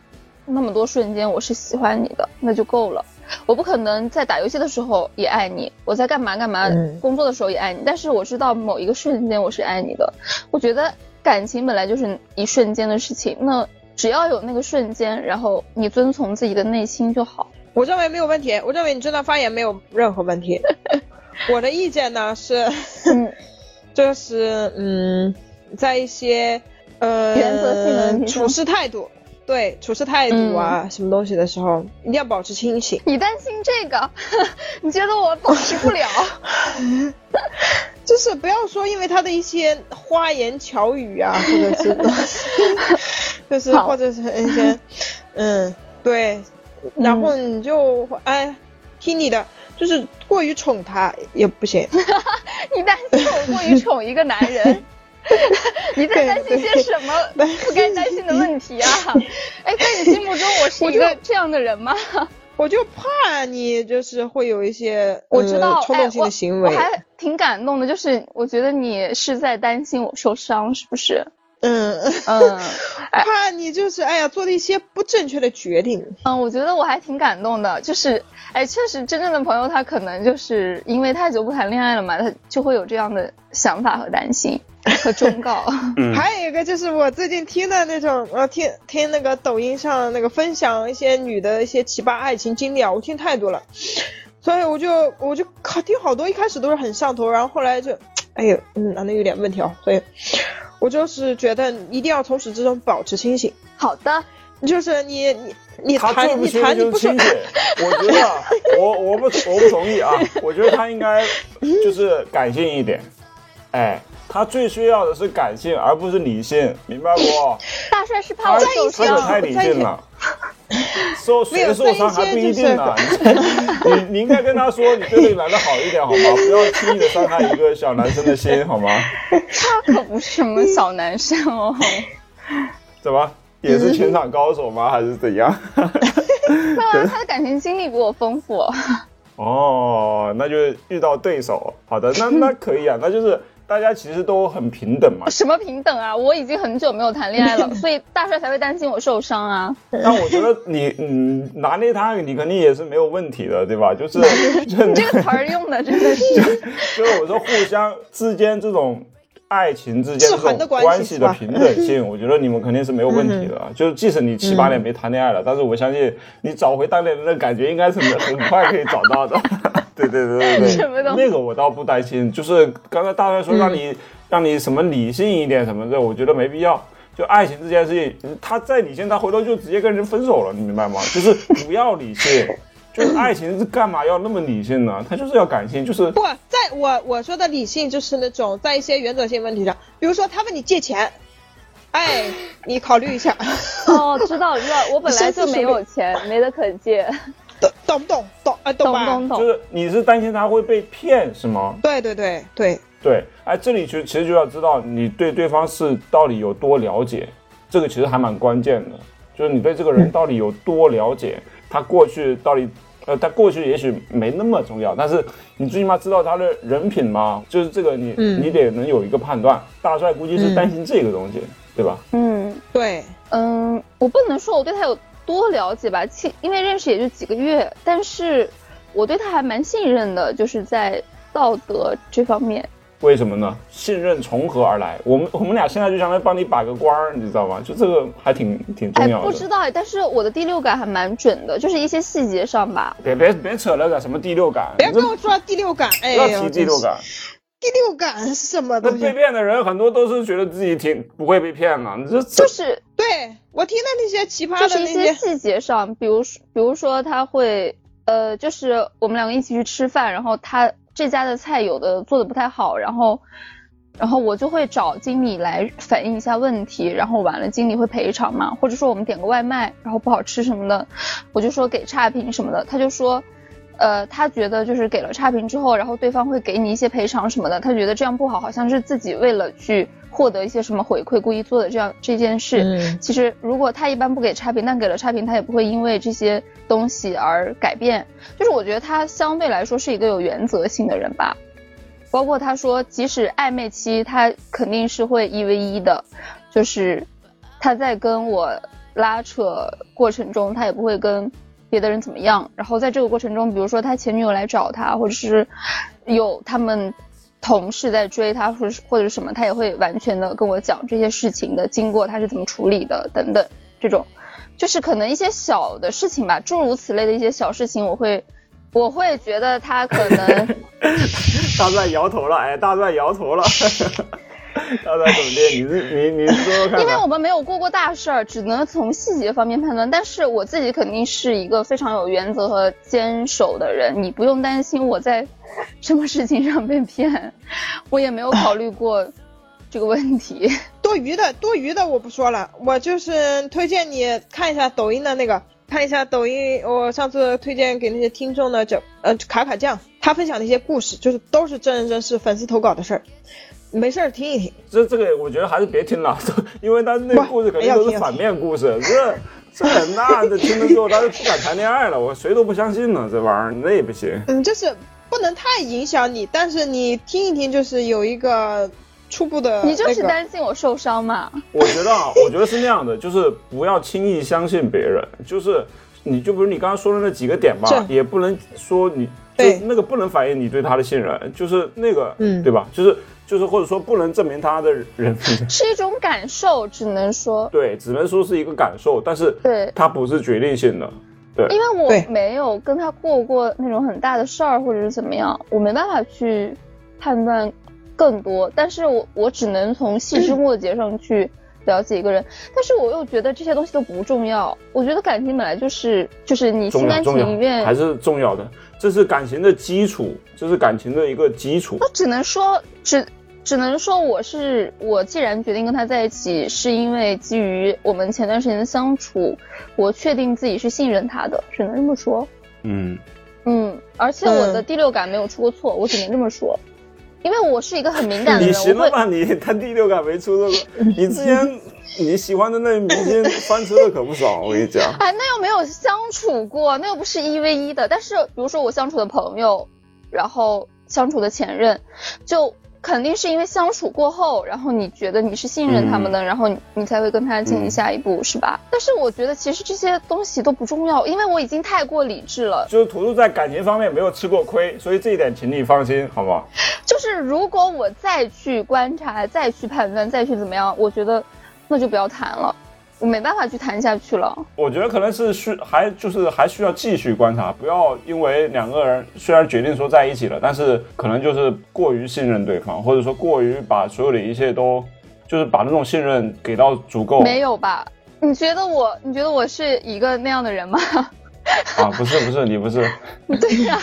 那么多瞬间我是喜欢你的，那就够了。我不可能在打游戏的时候也爱你，我在干嘛干嘛
嗯
工作的时候也爱你，但是我知道某一个瞬间我是爱你的。我觉得感情本来就是一瞬间的事情，那只要有那个瞬间，然后你遵从自己的内心就好。
我认为没有问题，我认为你这段发言没有任何
(laughs)
问题。我的意见呢是，
嗯，
就是嗯，在一些呃
原则性的问题上嗯
处事态度，对处事态度啊、什么东西的时候，一定要保持清醒。
你担心这个， (laughs) 你觉得我保持不了？
就是不要说因为他的一些花言巧语啊，或者
(laughs)
是就是
好
或者是一些嗯对，
嗯
然后你就哎听你的，就是过于宠他也
(laughs)
不行。
你担心我过于宠一个男人？你在担心些什么不该担心的问题啊？哎，在你心目中我是一个这样的人吗？
我就怕你就是会有一些
我知道，
呃、冲动性的行为
哎我，我，还挺感动的，就是我觉得你是在担心我受伤，是不是？
嗯，
嗯哎
怕你就是哎呀做了一些不正确的决定，
(laughs) 嗯，我觉得我还挺感动的，就是哎，确实真正的朋友他可能就是因为太久不谈恋爱了嘛，他就会有这样的想法和担心和忠告。
嗯，
还有一个就是我最近听的那种，呃，听听那个抖音上那个分享一些女的一些奇葩爱情经历啊，我听太多了，所以我就我就靠听好多，一开始都是很上头，然后后来就，哎呦，嗯，男的有点问题啊，所以我就是觉得一定要从始至终保持清醒，
好的，
就是你你你
他最
谈
不
你
缺的
谈你
就
不
是
说
清。醒。我觉得啊，我我不我不同意啊， (laughs) 我觉得他应该就是感性一点，哎，他最需要的是感性，而不是理性，明白不？
大帅是
他
怕我受
他可
伤。
太理性了，受
没
谁
有
受伤还不一定呢。你你应该跟他说，你对这个男的好一点好吗？不要轻易的伤害一个小男生的心好吗？
他可不是什么小男生哦，
怎 (laughs) 么也是情场高手吗？还是怎样？
对啊，他的感情经历比我丰富。
(laughs)
(laughs)
哦，那就遇到对手。好的， (laughs) 那那可以啊，那就是大家其实都很平等嘛。
什么平等啊？我已经很久没有谈恋爱了，所以大帅才会担心我受伤啊。
但我觉得你嗯拿捏他，你肯定也是没有问题的，对吧？ (laughs) 就是就是
这个词儿用的真的是，
就是我说互相之间这种爱情之间
制
这
衡
种
的
关
关
系
系
的
吧
平等性，我觉得你们肯定是没有问题的。啊就是即使你七八年没谈恋爱了，但是我相信你找回当年的那感觉，应该是很很快可以找到的。 (laughs) 对对对对对，
什么东西
那个我倒不担心，就是刚才大帅说让你、让你什么理性一点什么的，我觉得没必要。就爱情这件事情，他再理性，他回头就直接跟人分手了，你明白吗？就是不要理性， (laughs) 就是爱情是干嘛要那么理性呢？他就是要感性，就是
不，在我我说的理性就是那种在一些原则性问题上，比如说他问你借钱，哎，你考虑一下，
(laughs) 哦，知道知道，我本来就没有钱，没得可借，
(laughs) 懂懂不懂？懂啊，懂
懂 (laughs)
吧？
懂
就
懂。
是你是担心他会被骗是吗？
对对对对，
对，哎，这里其实其实就要知道你对对方是到底有多了解，这个其实还蛮关键的，就是你对这个人到底有多了解，他过去到底。呃，他过去也许没那么重要，但是你最起码知道他的人品嘛，就是这个你、
嗯
你得能有一个判断。大帅估计是担心这个东西，对吧？
嗯
对，
嗯，我不能说我对他有多了解吧，其因为认识也就几个月，但是我对他还蛮信任的，就是在道德这方面。
为什么呢？信任从何而来？我们我们俩现在就相当于帮你把个关儿，你知道吗？就这个还挺挺重
哎，
要的。
不知道哎，但是我的第六感还蛮准的，就是一些细节上吧。
别别别扯那个什么第六感，
不要
你这
跟我说第六感，哎
不
呦，
要提第六，感。
第六感是什么
那
东
被
西？
骗的人很多都是觉得自己挺不会被骗了，你这
就
这
是
对我听的那些奇葩
就
的
是一
那
些
些，
细节上，比如说，比如说他会，呃，就是我们两个一起去吃饭，然后他这家的菜有的做的不太好，然后，然后我就会找经理来反映一下问题，然后完了经理会赔偿嘛，或者说我们点个外卖，然后不好吃什么的，我就说给差评什么的，他就说。呃，他觉得就是给了差评之后，然后对方会给你一些赔偿什么的，他觉得这样不好，好像是自己为了去获得一些什么回馈，故意做的这样这件事。
嗯
其实如果他一般不给差评，但给了差评，他也不会因为这些东西而改变。就是我觉得他相对来说是一个有原则性的人吧。包括他说，即使暧昧期，他肯定是会一 v 一的，就是他在跟我拉扯过程中，他也不会跟别的人怎么样。然后在这个过程中，比如说他前女友来找他，或者是有他们同事在追他，或者是或者是什么，他也会完全的跟我讲这些事情的经过，他是怎么处理的等等这种，就是可能一些小的事情吧，诸如此类的一些小事情，我会我会觉得他可能
大帅摇头了，哎，大帅摇头了。 (laughs) 大帅怎么的？你是你你说说看
因为我
吧。
们没有过过大事儿，只能从细节方面判断。但是我自己肯定是一个非常有原则和坚守的人，你不用担心我在什么事情上被骗， (laughs) 我也没有考虑过这个问题。
多余的，多余的我不说了，我就是推荐你看一下抖音的那个，看一下抖音，我上次推荐给那些听众的，就呃卡卡酱，他分享的一些故事，就是都是真人真事粉丝投稿的事儿，没事儿听一听。
这这个我觉得还是别听了，因为他那个故事
哎
肯定都是反
啊
面故事，这这那这听了之后他就不敢谈恋爱了，我谁都不相信了，这玩意儿那也不行。
嗯，就是不能太影响你，但是你听一听，就是有一个初步的、那个。
你就是担心我受伤嘛？
我觉得啊，我觉得是那样的，就是不要轻易相信别人，就是你就比如你刚刚说的那几个点吧
是，
也不能说你就
对
那个不能反映你对他的信任，就是那个，
嗯
对吧？就是就是或者说不能证明他的人品， (laughs)
是一种感受，只能说
对，只能说是一个感受，但是
对
它不是决定性的，对，
因为
对
我没有跟他过过那种很大的事儿，或者是怎么样，我没办法去判断更多。但是我我只能从细枝末节上去了解一个人，但是我又觉得这些东西都不重要。我觉得感情本来就是就是你
重
心
要
甘
重
情
要还
愿，
是重要的，这是感情的基础，这是感情的一个基础。
我只能说只。只能说我是我，既然决定跟他在一起，是因为基于我们前段时间的相处，我确定自己是信任他的，只能这么说。
嗯，
嗯，而且我的
嗯
第六感没有出过错，我只能这么说，因为我是一个很敏感的
你
人，
行
我
了
会
吧你？他第六感没出错过，你之前你喜欢的那明星翻车的可不少，我跟你讲。
哎，那又没有相处过，那又不是一 v 一的。但是比如说我相处的朋友，然后相处的前任，就肯定是因为相处过后，然后你觉得你是信任他
嗯
们的，然后你你才会跟他进行下一步，是吧？但是我觉得其实这些东西都不重要，因为我已经太过理智了。
就是图图在感情方面没有吃过亏，所以这一点请你放心，好吗？
就是如果我再去观察、再去判断、再去怎么样，我觉得那就不要谈了，我没办法去谈下去了。
我觉得可能是需还就是还需要继续观察，不要因为两个人虽然决定说在一起了，但是可能就是过于信任对方，或者说过于把所有的一切都就是把那种信任给到足够。
没有吧？你觉得我？你觉得我是一个那样的人吗？ (laughs)
啊，不是不是，你不是，
对呀、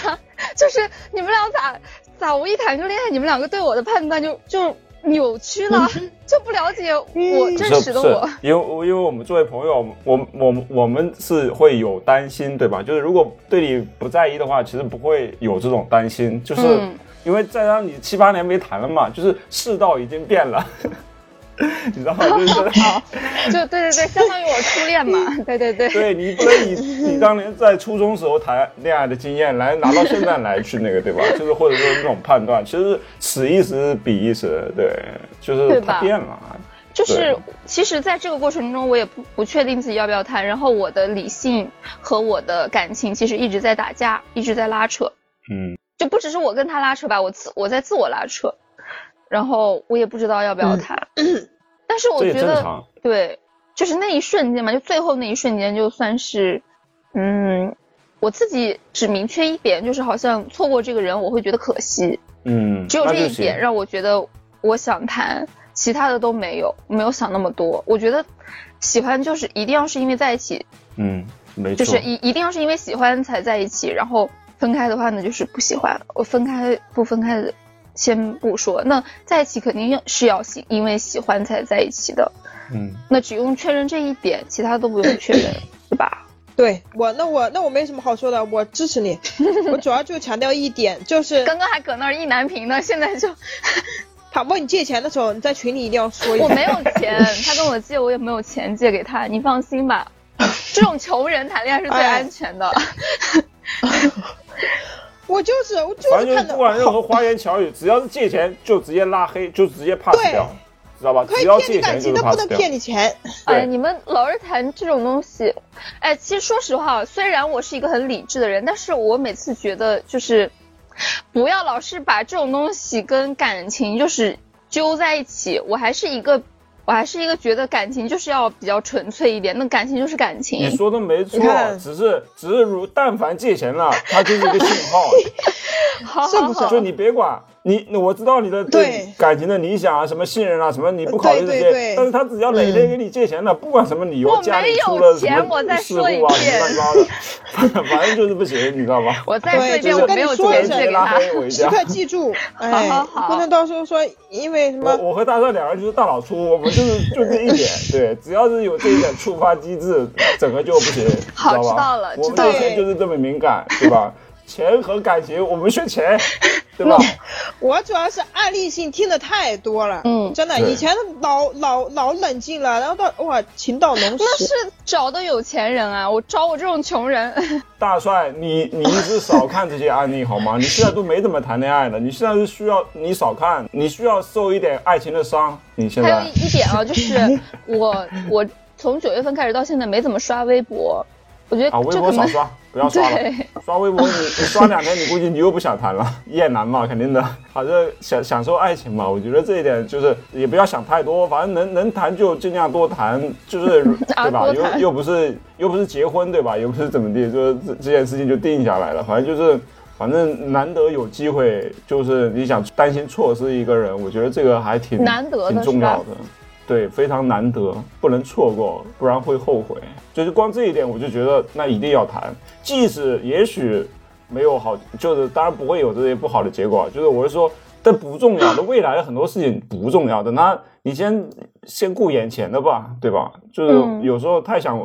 就是你们俩咋咋我一谈就恋爱，你们两个对我的判断就就扭曲了，就不了解我
不
真
是
实的
不是
我。
(laughs) 因为我因为我们作为朋友，我们我们我们是会有担心，对吧？就是如果对你不在意的话，其实不会有这种担心，就是
嗯
因为再让你七八年没谈了嘛，就是世道已经变了， (laughs) 你知道吗？就是
就对对对，相当于我初恋嘛。对对对。
(laughs) 对你不能以你当年在初中时候谈恋爱的经验来拿到现在来去那个，对吧？就是或者说那种判断，其实此一时彼一时，对，就是
对
它
吧
变了。
就是
对
其实，在这个过程中，我也不不确定自己要不要谈，然后我的理性和我的感情其实一直在打架，一直在拉扯，
嗯，
就不只是我跟他拉扯吧，我自我在自我拉扯，然后我也不知道要不要谈，但是我
嗯这也
觉
正
得
常。
对，就是那一瞬间嘛，就最后那一瞬间，就算是，嗯，我自己只明确一点，就是好像错过这个人，我会觉得可惜，
嗯，
只有
那
这
就
一
行
点让我觉得我想谈，其他的都没有，没有想那么多。我觉得喜欢就是一定要是因为在一起，
嗯，没
就
错，
是一一定要是因为喜欢才在一起，然后分开的话呢就是不喜欢。我分开不分开的先不说，那在一起肯定是要喜因为喜欢才在一起的，
嗯，
那只用确认这一点，其他都不用确认， (coughs) 对吧？
对我，那我那我没什么好说的，我支持你。我主要就强调一点，就是
刚刚还搁那儿意难平呢，现在就
他问你借钱的时候，你在群里一定要说一
我
下。
没有钱，他跟我借，我也没有钱借给他，你放心吧。这种穷人谈恋爱是最安全的，
我就是我就
反正
是
就是
看到
不管任何花言巧语，只要是借钱就直接拉黑，就直接 pass
对
掉，知道吧？
可
只
以
要
骗
借
你
钱
感
就
情，
是
但不
pass
能
掉。
骗你钱。
哎，
对
你们老是谈这种东西，哎，其实说实话，虽然我是一个很理智的人，但是我每次觉得就是，不要老是把这种东西跟感情就是揪在一起。我还是一个，我还是一个觉得感情就是要比较纯粹一点，那感情就是感情。
你说的没错
你看，
只是只是如但凡借钱了，它就是一个信
(laughs)
号，啊
好
是
好
不是
好，
就你别管你，我知道你的
对
感情的理想啊，什么信任啊，什么你不考虑这
对对对
些，但是他只要磊磊给你借钱了，不管什么理由
我，
家里
没有
出了什
钱我
么
再
事
说一
故啊，
遍
乱七八糟的， (laughs) 反反正就是不行，你知道吧？
我再说一
对
遍，
就是啊
我
跟
没
你
有
说
钱
一下
借给
拉
他。
黑我一
时
下。
刻
(laughs)
记住，哎，
好好
不能到时候说因为什
我
么
我和大帅两个人就是大老粗，我们就是就这一
(laughs)
点，对，只要是有这一点触发机制，整个就不行，
(laughs) 好
知道
知道
吧？
了
我
知
们
道
对
了
钱就是这么敏感，对吧？钱和感情，我们选钱，对
(laughs)
吧？
我主要是案例性听的太多了，
嗯
真的，
对
以前老老老冷静了，然后到哇情到浓
那
时，
是找的有钱人啊，我找我这种穷人，
大帅，你你一直少看这些案例好吗？你现在都没怎么谈恋爱了，你现在是需要你少看，你需要受一点爱情的伤，你现
还有
在
一一点
(laughs)
啊，就是我我从九月份开始到现在没怎么刷微博，我觉得
啊，微
这
博
可
少
能
刷，不要刷了。
对，
刷微博，你你刷两天，你估计你又不想
(laughs)
谈了，厌男嘛，肯定的。反正享享受爱情嘛，我觉得这一点就是也不要想太多，反正能能谈就尽量多谈，就是
(laughs) 啊
对吧？
多谈
又又不是又不是结婚对吧？又不是怎么地，就是这这件事情就定下来了。反正就是，反正难得有机会，就是你想担心错失一个人，我觉得这个还挺
难得的
挺重
是吧
要的。对，非常难得，不能错过，不然会后悔。就是光这一点，我就觉得那一定要谈，即使也许没有好，就是当然不会有这些不好的结果。啊就是我是说，但不重要的，未来的很多事情不重要的，那你先先顾眼前的吧，对吧？就是
嗯
有时候太想。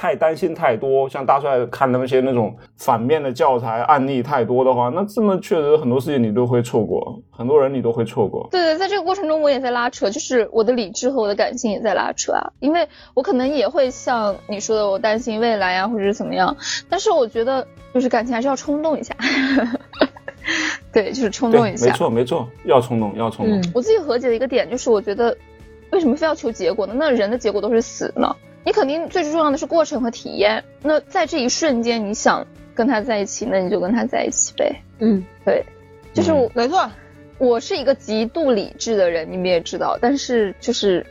太担心太多，像大帅看那些那种反面的教材案例太多的话，那这么确实很多事情你都会错过，很多人你都会错过。
对对，在这个过程中我也在拉扯，就是我的理智和我的感性也在拉扯啊，因为我可能也会像你说的，我担心未来呀、啊或者是怎么样，但是我觉得就是感情还是要冲动一下， (laughs) 对，就是冲动
对，
一下
没。错没错，要冲动要冲动。
嗯
我自己和解的一个点就是，我觉得为什么非要求结果呢？那人的结果都是死呢。你肯定最重要的是过程和体验。那在这一瞬间，你想跟他在一起，那你就跟他在一起呗。
嗯，
就是我、
没错，
我是一个极度理智的人，你们也知道。但是就是，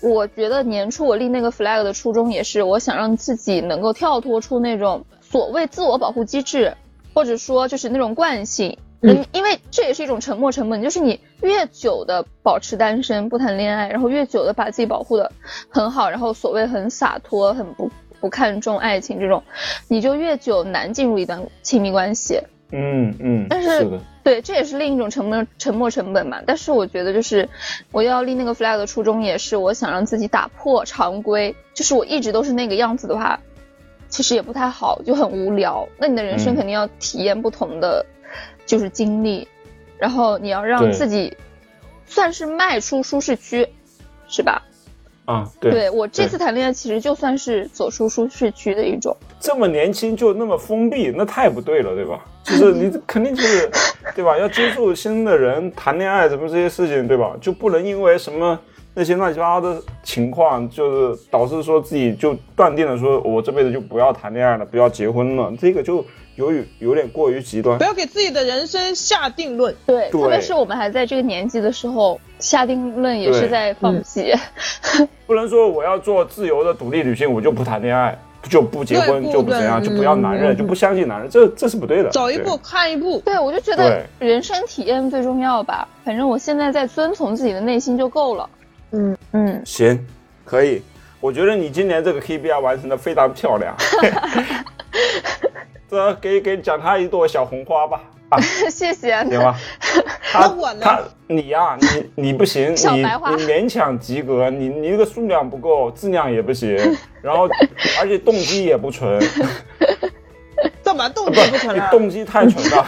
我觉得年初我立那个 flag 的初衷也是，我想让自己能够跳脱出那种所谓自我保护机制，或者说就是那种惯性。
嗯
嗯，因为这也是一种沉没成本，就是你越久的保持单身不谈恋爱，然后越久的把自己保护的很好，然后所谓很洒脱、很不不看重爱情这种，你就越久难进入一段亲密关系。
嗯嗯，
但是
是的，
对，这也是另一种沉没沉没成本嘛。但是我觉得，就是我要立那个 flag 的初衷，也是我想让自己打破常规。就是我一直都是那个样子的话，其实也不太好，就很无聊。那你的人生
嗯
肯定要体验不同的，就是经历，然后你要让
对
自己算是迈出舒适区，是吧？
啊对
我这
对
次谈恋爱其实就算是走出舒适区的一种。
这么年轻就那么封闭，那太不对了，对吧？就是你
(laughs)
肯定就是，对吧？要接触新的人，谈恋爱什么这些事情，对吧？就不能因为什么那些乱七八糟的情况，就是导致说自己就断定了，说我这辈子就不要谈恋爱了，不要结婚了，这个就有有有点过于极端
不。要给自己的人生下定论。
对，
对
特别是我们还在这个年纪的时候，下定论也
对嗯
是在放弃。
不能说我要做自由的独立女性，我就不谈恋爱，就不结婚，
对不
就不怎样，
对
就不要男人，
嗯
就不相信男人，这这是不对的。
走一
对
步看一步，
对，我就觉得人生体验最重要吧。反正我现在在遵从自己的内心就够了。
嗯
嗯， (laughs)
行，可以。我觉得你今年这个 KPI 完成的非常漂亮，这给给奖他一朵小红花吧，啊，
谢谢。
行吧？他
那我呢
他你呀、你你不行，
小
你
白花
你勉强及格，你你这个数量不够，质量也不行，然后而且动机也不纯，
干嘛动
啊不
机不啊成
你
了？
动机太纯了。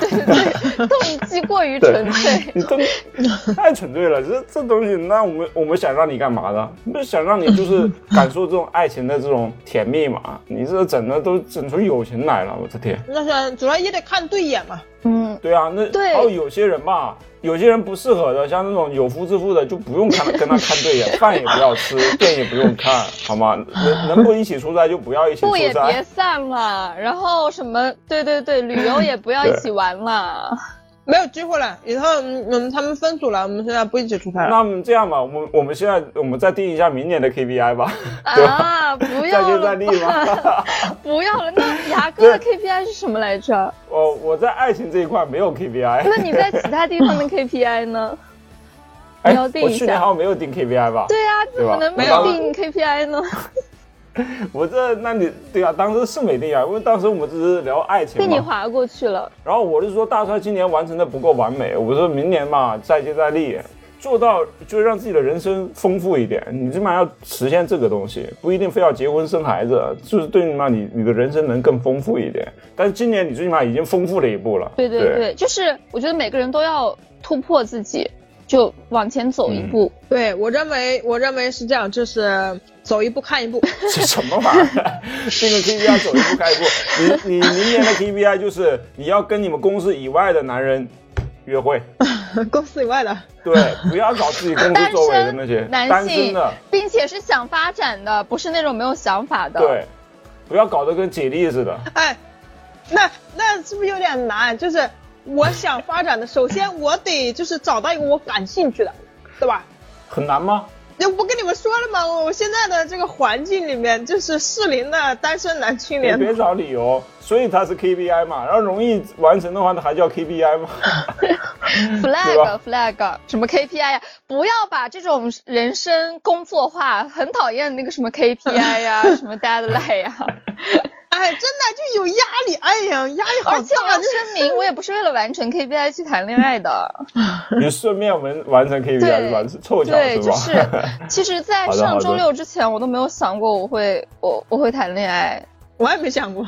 (laughs)
动机过于纯粹。
你都
(laughs)
太纯粹了，这这东西，那我们我们想让你干嘛呢？不是想让你就是
(laughs)
感受这种爱情的这种甜蜜嘛？你这整的都整出友情来了，我的天！
啊那是主要也得看对眼嘛。
嗯，
对啊，那
对
还有有些人吧，有些人不适合的，像那种有夫之妇的，就不用
(laughs)
看跟他看对眼，饭也不要吃，店也不用看，好吗？能能不一起出差就不要一起出
路也别
差。
散了，然后什么，对对对，旅游也不要一起玩了。
没有机会了。以后嗯我们他们分组了，我们现在不一起出差了。
那么这样吧，我们我们现在我们再定一下明年的 KPI 吧，对吧？
啊，不
再
要
接
了
再厉
吧，
吧。
不要了。那牙哥的 KPI 是什么来着？
我哦我在爱情这一块没有 KPI，
那你在其他地方的 KPI 呢？
哎，
你要定
我
一
去年
下
好像没有定 KPI 吧？
对啊，怎么
(laughs)
能
对
没
吧
有定 KPI 呢？
我这那你对啊，当时是没定啊，因为当时我们只是聊爱情
被你
嘛。
划过去了。
然后我是说大帅今年完成的不够完美，我说明年嘛再接再厉，做到就是让自己的人生丰富一点。你起码要实现这个东西，不一定非要结婚生孩子，就是最起码你你的人生能更丰富一点。但是今年你最起码已经丰富了一步了。
对对对，就是我觉得每个人都要突破自己，就往前走
嗯
一步。
对我认为，我认为是这样，就是走一步看一步。 (laughs)
(laughs) 这什么玩意 (laughs) 儿？这个 KPI 走一步看一步。你你明年的 KPI 就是你要跟你们公司以外的男人约会，
公司以外的，
对，不要找自己公司
单
周围的那些
身男
(laughs) 单身
性
的，，
并且是想发展的，不是那种没有想法的。，
对，不要搞得跟姐弟似的。
哎，那那是不是有点难？就是我想发展的，首先我得就是找到一个我感兴趣的，对吧？
很难 (laughs) 吗？
那我不跟你们说了吗？我我现在的这个环境里面，就是适龄的单身男青
你
年，
别找理由，所以它是 KPI 嘛，然后容易完成的话，它还叫 KPI 吗？ (laughs)
flag flag 什么 KPI 呀、不要把这种人生工作化，很讨厌那个什么
(laughs)
KPI 呀、什么 deadline 呀、
哎，真的就有压力，哎呀，压力好
而且我
大，
要
就是
声明，我也不是为了完成 KPI 去谈恋
(laughs)
爱的。
你顺便完完成 KPI
对
是吧？是凑巧
对，就是是
吧？，
其实，
(laughs)
在
好的好
上
的
周六之前，我都没有想过我会我我会谈恋爱， (laughs)
我也没想过。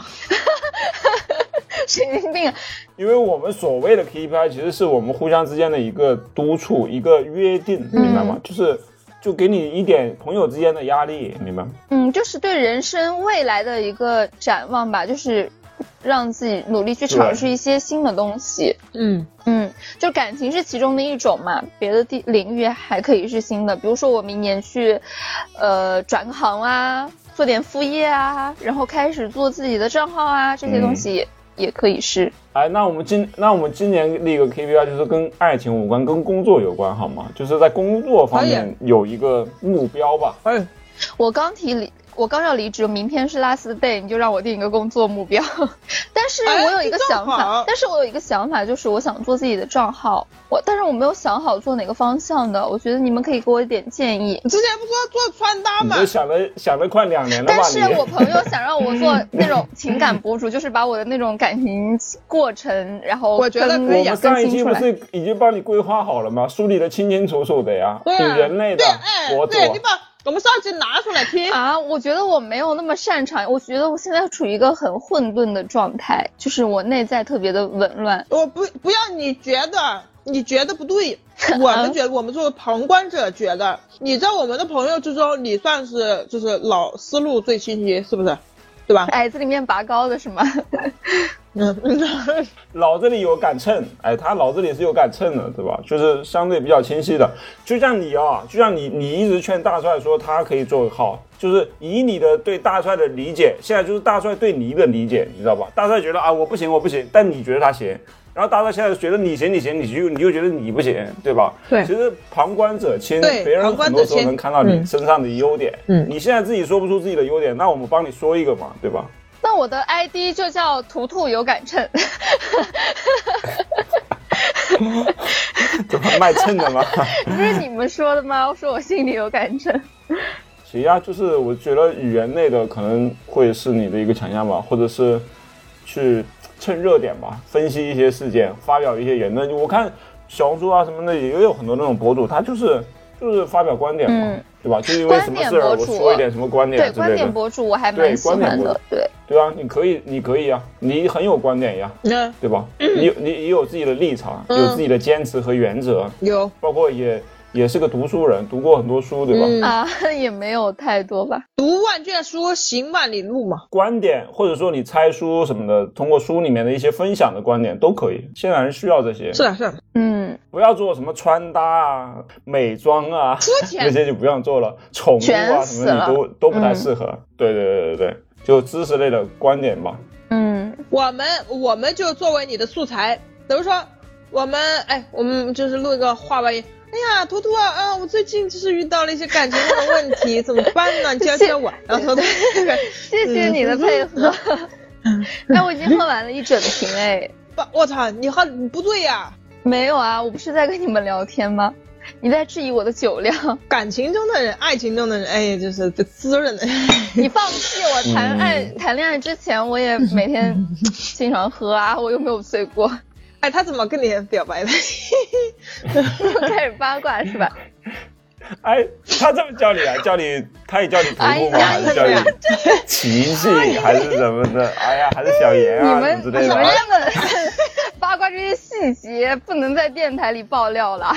神经病。啊
因为我们所谓的 KPI 其实是我们互相之间的一个督促，一个约定，明白吗？就是就给你一点朋友之间的压力，明白吗？
嗯，就是对人生未来的一个展望吧，就是让自己努力去尝试一些新的东西。
嗯，
嗯，就感情是其中的一种嘛，别的地领域还可以是新的，比如说我明年去，呃，转个行啊，做点副业啊，然后开始做自己的账号啊，这些东西也、也可以是。
哎，那我们今那我们今年立个 KPI 就是跟爱情无关，跟工作有关，好吗？就是在工作方面有一个目标吧。
哎，
我刚提离，我刚要离职，明天是 last day，你就让我定一个工作目标。 (laughs) 但是
哎
我有一个想
这正
法
好，
但是我有一个想法，就是我想做自己的账号，我但是我没有想好做哪个方向的，我觉得你们可以给我一点建议。
你之前不说做穿搭
你
吗
这？想了想了快两年了吧？
但是
你
我朋友想让我做那种情感博主，就是把我的那种感情过程，然后
我觉得
跟
可
我
以啊
们
更
上一
新
期
出
不
来
是已经帮你规划好了吗？梳理的清清楚楚的呀，
对啊
人类的
对，哎
国，度。
对，你把我们上期拿出来听。
啊，我觉得我没有那么擅长，我觉得我现在处于一个很混沌的状态，就是我内在特别的紊乱。
我不不要你觉得，你觉得不对，我们觉得，我们作为旁观者觉得，你在我们的朋友之中，你算是就是老思路最清晰，是不是？对吧？
矮子里面拔高的是吗？
嗯，
脑子里有杆秤，哎，他脑子里是有杆秤的，对吧？就是相对比较清晰的。就像你啊，就像你，你一直劝大帅说他可以做个号，就是以你的对大帅的理解，现在就是大帅对你的理解，你知道吧？大帅觉得啊我不行我不行，但你觉得他行，然后大帅现在觉得你行你行，你就你就觉得你不行，对吧？
对
其实旁观者清，
对
别人
旁
很
观
多
者
时候
清
能看到你
嗯
身上的优点。
嗯
你现在自己说不出自己的优点，那我们帮你说一个嘛，对吧？ (laughs)
那我的 ID 就叫图图有杆 (laughs) 秤，
对吧？卖秤的嘛。
不是你们说的吗？我说我心里有杆秤。
其他就是我觉得语言类的可能会是你的一个强项吧，或者是去趁热点吧，分析一些事件，发表一些言论。我看小红书啊什么的也有很多那种博主，他就是就是发表观点嘛，
嗯
对吧？就是因为什么事儿
观点
我
博主
说一点什么观点
对，
之类
观点
的，
博主我还蛮喜欢的。对，
对啊，你可以，你可以啊，你很有观点呀，
嗯，
对吧？你有你也有自己的立场，
嗯
有自己的坚持和原则，
有
包括也也是个读书人，读过很多书，对吧？
嗯
啊， (laughs) 也没有太多吧。
读万卷书，行万里路嘛。
观点或者说你猜书什么的，通过书里面的一些分享的观点都可以。现在人需要这些，
是的，啊是的，
嗯，
不要做什么穿搭啊、美妆啊，
肤
那
浅。
些就不要做了。宠物啊
全
什
死
么的
了
你都都不太
嗯
适合。对对对对对，就知识类的观点吧。
嗯，
我们我们就作为你的素材，比如说我们哎，我们就是录一个话外音。哎呀，图图啊，啊，我最近就是遇到了一些感情上的问题，怎么办呢？教教我。然后图图，
谢谢你的配合。哎，我已经喝完了一整瓶哎。
不我操，你喝你不对呀、
没有啊，我不是在跟你们聊天吗？你在质疑我的酒量？
感情中的人，爱情中的人，哎，就是这滋润的。 (laughs)
你放屁！我谈爱、谈恋爱之前，我也每天经常喝啊，我又没有醉过。 (laughs)
哎，他怎么跟你表白的？ (laughs)
开始八卦是吧？
哎，他这么叫你
(laughs)
啊？叫你，他也叫你徒步吗？
哎呀
还是叫你
哎呀
琪琪，还是什么的？哎呀，还是小严
你
啊什
们
么之
你
类的？
们
哎
这么 (laughs) 八卦这些细节，不能在电台里爆料了。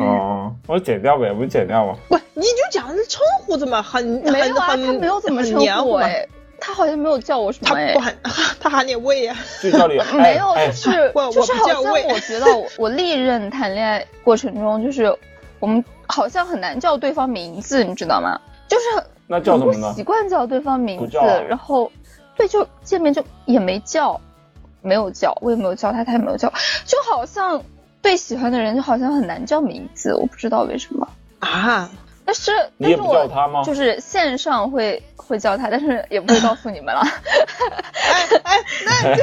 哦，我剪掉呗，不剪掉吗？
不，你就讲这称呼怎么很很
没有啊，他
很
没有怎么
很
称
黏
呼
糊
我
嘛
哎，他好像没有叫我什
他
么哎
不。喊，他喊你喂呀、 (laughs)
就叫你哎
(laughs) 没有，
哎
就，是
我
就
我
是
不
好
叫
像
喂
我觉得我我历任谈恋爱过程中，就是我们好像很难叫对方名字，你知道吗？就是
那叫什么
我
呢
习？惯叫对方名
不
字，
叫啊
然后对，就见面就也没叫，没有叫，我也没有叫他，他也没有叫，就好像对喜欢的人就好像很难叫名字，我不知道为什么。
啊！
但是，
你
但
也
是
不叫
我
他吗？
就是线上会会叫他，但是也不会告诉你
(laughs)
们了。
哎哎，那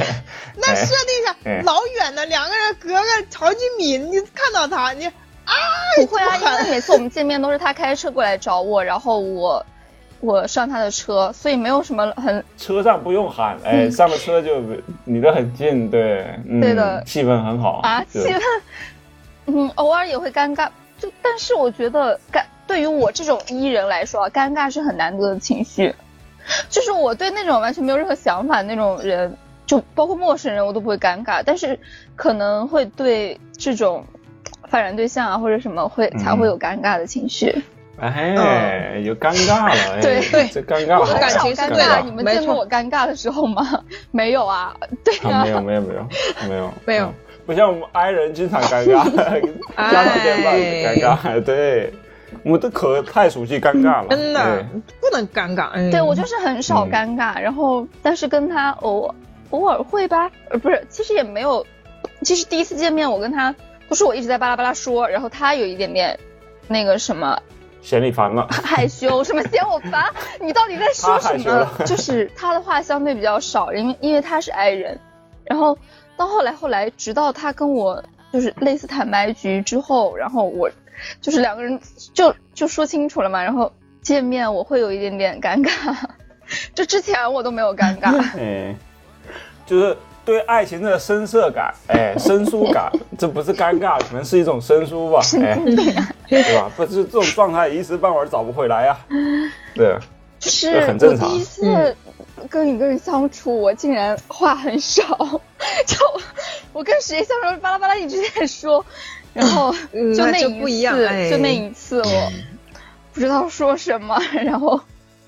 那设定一下，
哎
老远的两个人隔个好几米，你看到他，你
不会啊，因为每次我们见面都是他开车过来找我，然后我我上他的车，所以没有什么很
车上不用喊，哎，
嗯
上了车就离得很近，对，嗯，
对的
气氛很好
啊气
对
氛， (laughs) 嗯，偶尔也会尴尬，就但是我觉得尴对于我这种 E 人来说啊，尴尬是很难得的情绪，就是我对那种完全没有任何想法的那种人，就包括陌生人我都不会尴尬，但是可能会对这种发展对象啊或者什么会才
嗯
会有尴尬的情绪。
哎，有尴尬了，哎
对
嗯 (laughs) 对
这尴尬
我
了，
很
感
少
情是
尴
对的
尬，你们
没
见过
错
我尴尬的时候吗？ (laughs) 没有啊，对
啊，
啊
没，有没有没有没有
没有
嗯不像我们 i 人经常尴
(laughs)
尬，加上电话也尴尬，对，我们都可太熟悉尴尬了，
哎真的
哎
不能尴尬。嗯、
对我就是很少尴尬，然后但是跟他偶偶尔会吧，呃，不是，其实也没有，其实第一次见面我跟他不是我一直在巴拉巴拉说，然后他有一点点那个什么
嫌你烦了，
害羞，什么嫌我烦，你到底在说什
他害
么
羞了？
就是他的话相对比较少，因为因为他是 I 人，然后到后来后来，直到他跟我就是类似坦白局之后，然后我就是两个人就就说清楚了嘛，然后见面我会有一点点尴尬， (laughs) 这之前我都没有尴尬。
哎，就是。对爱情的深涩感，哎，生疏感，这不是尴尬，可能是一种生疏吧，哎，对吧？不是这种状态，一时半会儿找不回来呀、啊对，啊
就是
这很正常
我第一次跟一个人相处，我竟然话很少，就我跟谁相处巴拉巴拉一直在说，然后
嗯
就
那
那一
就
次，
不一样哎
就那一次我不知道说什么，然后
(laughs)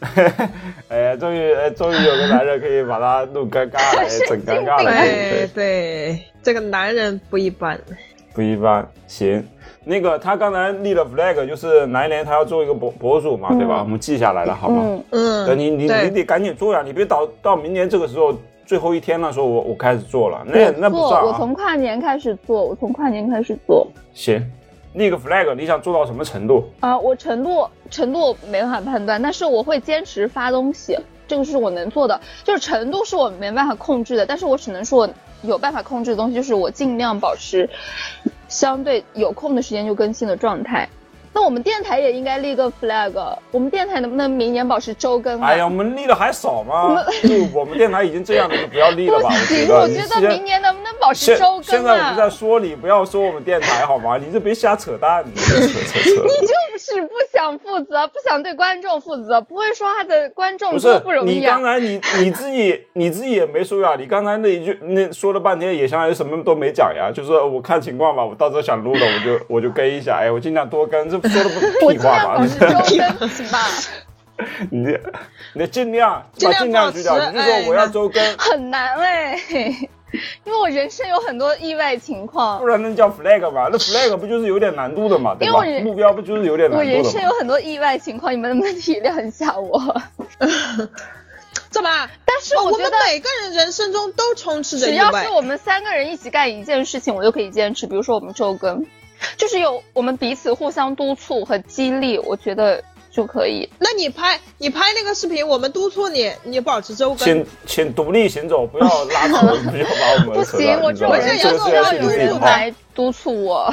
哎，终于，哎，终于有个男人可以把他弄尴尬了，哎，整尴尬了，
哎
对，
对，这个男人不一般。
不一般。行，那个他刚才立了 flag，就是来年他要做一个博博主嘛，对吧？我们记下来了，好吗？
嗯，
嗯，
等你你
对
你得赶紧做呀，你别到到明年这个时候最后一天那时候我我开始做了，那那不
做
算
我
啊。
从跨年开始做，我从跨年开始做
行，立个 flag，你想做到什么程度？
啊、我程度程度我没办法判断，但是我会坚持发东西。这个是我能做的，就是程度是我没办法控制的，但是我只能说我有办法控制的东西，就是我尽量保持相对有空的时间就更新的状态。那我们电台也应该立个 flag，我们电台能不能明年保持周更啊？
哎呀，我们立的还少吗？就我们电台已经这样了，就不要立了吧。
(laughs) 不行，
我
我
觉
觉
得
得
你
明年能不能保持
现
周
现
更
在我
啊
不？在说你，不要说我们电台好吗？你就别瞎扯淡，你这扯扯扯。
你就是不想想负责，不想对观众负责，不会说他的观众
不
多
是
不容
你
易
刚
啊。
才你你自
(laughs)
己你自己也没说呀，你刚才那一句那说了半天也相当于什么都没讲呀，就是我看情况吧，我到时候想录了我就我就跟一下，哎，我尽量多跟，这说的不是
(laughs) 我
屁
尽
话
量
吗
保？持周更，行吧？
(laughs) 你这你尽量
尽
把
量
尽量
保
去掉，
持
你就说
哎
我要
那
周更，
很难哎、因为我人生有很多意外情况
不。然那叫 flag 嘛，那 flag 不就是有点难度的嘛，对
因为
吧
我？人
目标不就是有点难
我人
度
生
的嘛？
有很多意外情况，你们能不能体谅一下我？
怎么？
但是
我
觉
们
得，
每个人人生中都充斥着
只
意
要
外
是。我们三个人一起干一件事情，我就可以坚持。比如说我们周更，就是有我们彼此互相督促和激励，我觉得就可以。
那你拍你拍那个视频，我们督促你，你保持周更。
请请独立行走，不要拉
(laughs)
扯，不要把我们
不
扯远
行，我
你
这
知道吧这
种人就
个
是
是
要
自己
有
自己
人
跑
来督促我，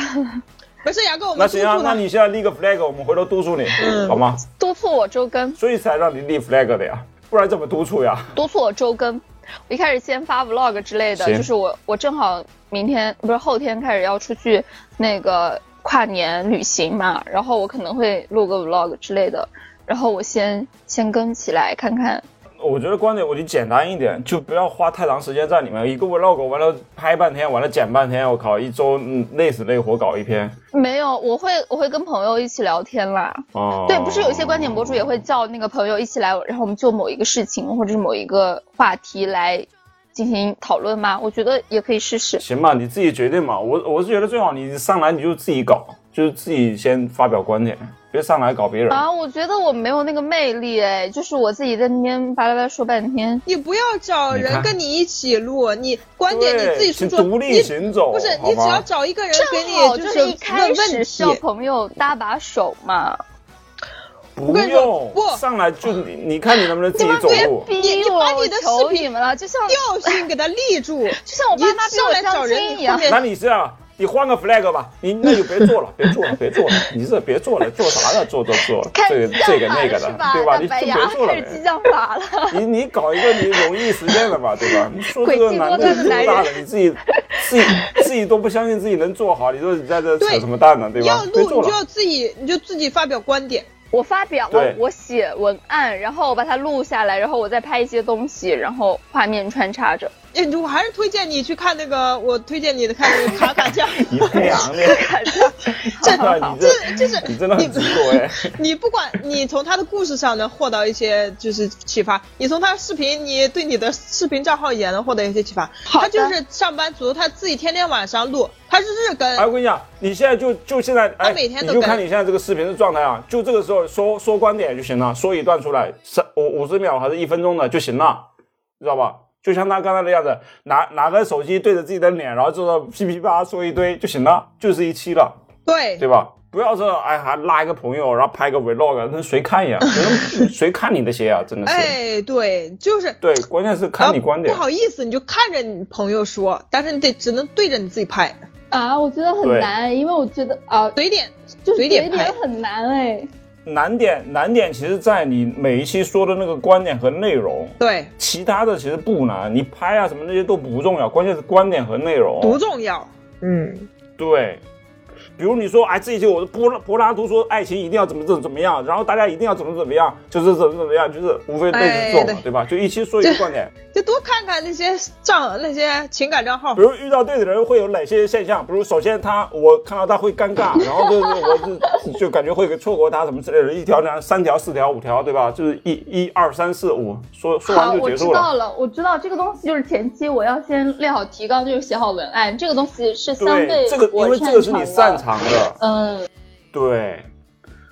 不是牙哥，我
(laughs) 那
们督
行啊
促，
那
他。
你现在立个 flag，我们回头督促你，
嗯
好吗？
督促我周更，
所以才让你立 flag 的呀，不然怎么督促呀？
督促我周更。我一开始先发 vlog 之类的，
行
就是我我正好明天不是后天开始要出去那个跨年旅行嘛，然后我可能会录个 vlog 之类的，然后我先先更起来看看。
我觉得观点我就简单一点，就不要花太长时间在里面。一个 vlog 完了拍半天，完了剪半天，我靠，一周嗯累死累活搞一篇。
没有，我会我会跟朋友一起聊天啦。
哦，
对，不是有一些观点博主也会叫那个朋友一起来，然后我们就某一个事情或者是某一个话题来进行讨论吗？我觉得也可以试试。
行吧，你自己决定嘛。我我是觉得最好你上来你就自己搞，就是自己先发表观点，别上来搞别人。
啊，我觉得我没有那个魅力哎，就是我自己在那边巴拉巴拉说半天。
你不要找
你看
人跟你一起录，你观点你
对，
自己
请
去做。
独立
你
行走，
不是
好
你只要
吗？
找一个人给你
正好
就是
哦一开
问问
始需要
题。
朋友搭把手嘛，
不
跟你说
用
不
上来就你你看你能不能自己走
别
路。
逼
你
我，
把
我
你的视
求
频
你们了，就像就
调性给他立住，
像我
你
爸妈逼
上
我
来找
相
人，
亲一
你后
样。
面
那你这样，你换个 flag 吧，你那就别做了，别做了，别做了，你这别做了，做啥呢？做做做，
开
这
始
个
激将
这个那个的
法了是，吧？
对吧？
大
你就
白
别
牙
做了
开始激
呗。
将法了。
(laughs) 你你搞一个你容易实现的吧，对吧？你说这
诡
个
计
难
多
度
端的
这么
男
大
人
的，你自己自己自己都不相信自己能做好，你说你在这扯
对
什么蛋呢， (laughs) 对吧
要？
别
录
做
你就
了，
要自己，你就自己发表观点。
我发表
对
了，我写文案，然后我把它录下来，然后我再拍一些东西，然后画面穿插着。
哎，我还是推荐你去看那个，我推荐你看那个卡卡酱。
你太娘的， (laughs)
这
你
这
这
就是
你真的很执着哎。
(laughs) 你不管你从他的故事上能获得一些就是启发，你从他的视频，你对你的视频账号也能获得一些启发。
好
他
的
就是上班族，他自己天天晚上录，他是日更。
哎，我跟你讲，你现在就就现在，哎，
每天
你
都
就
跟
看你现在这个视频的状态啊，就这个时候说说观点就行了，说一段出来，三五五十秒还是一分钟的就行了，知道吧？就像他刚才那样子，拿拿个手机对着自己的脸，然后就说噼噼啪啦说一堆就行了，就是一期了，
对
对吧？不要说哎还拉一个朋友，然后拍个 vlog，那谁看呀？谁谁看你那些啊？真的是，
哎，对，就是
对，关键是看你
啊
观点
不。好意思，你就看着你朋友说，但是你得只能对着你自己拍，
啊，我觉得很
对
难，因为我觉得啊，
嘴点
就是
嘴
点
脸拍
很难哎。
难点难点其实在你每一期说的那个观点和内容。
对
其他的其实不难，你拍啊什么那些都不重要，关键是观点和内容。
不重要。嗯，
对，比如你说，哎，这一期我柏拉柏拉图说爱情一定要怎么怎么怎么样，然后大家一定要怎么怎么样，就是怎么怎么样，就是无非类似这种嘛，
哎对
对吧？就一期说一个
对
观点，
就多看看那些账那些情感账号
比。如遇到对的人会有哪些现象？比如首先他，我看到他会尴尬，然后就是我就就感觉会给错过他什么之类的，一条、两、三条、四条、五条，对吧？就是一、一、二、三、四、五，说说
好，
完就
我
结
知
束了
道。了，我知道这个东西就是前期我要先列好提纲，就是写好文案，这个东西是相
对，
对
这个因
我
为这个是你
的
擅。长的，
嗯，
对。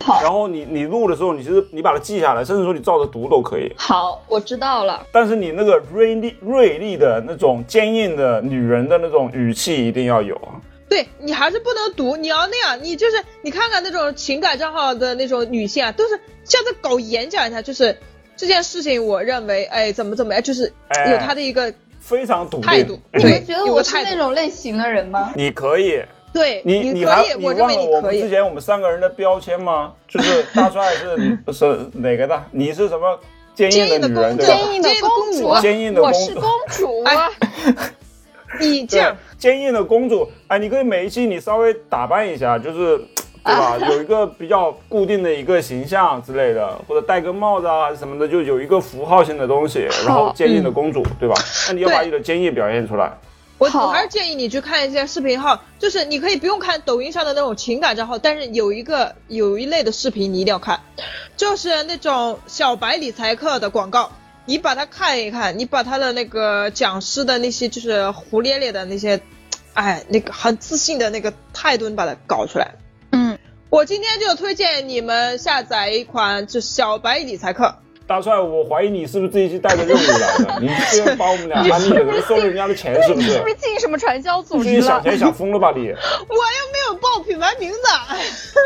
好
然后你你录的时候，你其实你把它记下来，甚至说你照着读都可以。
好，我知道了。
但是你那个锐利、锐利的那种坚硬的女人的那种语气一定要有啊。
对你还是不能读，你要那样，你就是你看看那种情感账号的那种女性啊，都是像在搞演讲一样，就是这件事情，我认为，哎，怎么怎么样，就是
哎
有她的一个
非常笃
态度
定。。
你
对
们觉得
有
我
个
是
态
那
度
种类型的人吗？
你可以，
对，
你还
可以，
你
我
忘
认为
了
你
我
可
们之
以。
前我们三个人的标签吗？就是大帅
(laughs)
是是哪个的？你是什么坚硬的女人
对
对
坚
吧？
硬的
坚硬
公
的公
主，
主
坚硬的
我
公
是
主
公 (laughs) 主。
哎你这
对
样，，
(laughs)
坚硬的公主。哎，你可以每一期你稍微打扮一下，就是对吧？有一个比较固定的一个形象之类的，或者戴个帽子啊什么的，就有一个符号性的东西，然后坚毅的公主，对吧？
嗯
那你要把
对
你的坚毅表现出来。
我
好
我还是建议你去看一下视频号，就是你可以不用看抖音上的那种情感账号，但是有一个有一类的视频你一定要看，就是那种小白理财课的广告，你把它看一看，你把他的那个讲师的那些就是胡咧咧的那些，哎，那个很自信的那个态度，你把它搞出来。
嗯，
我今天就推荐你们下载一款就小白理财课，
大帅，我怀疑你是不是这一期带着任务来的？你这个把我们俩安利了，收了人家的钱哎是不
你
是
(laughs) 是不？是进什么传销组
自
织
己想
了？
钱想疯了吧你？
我又没有报品牌名字，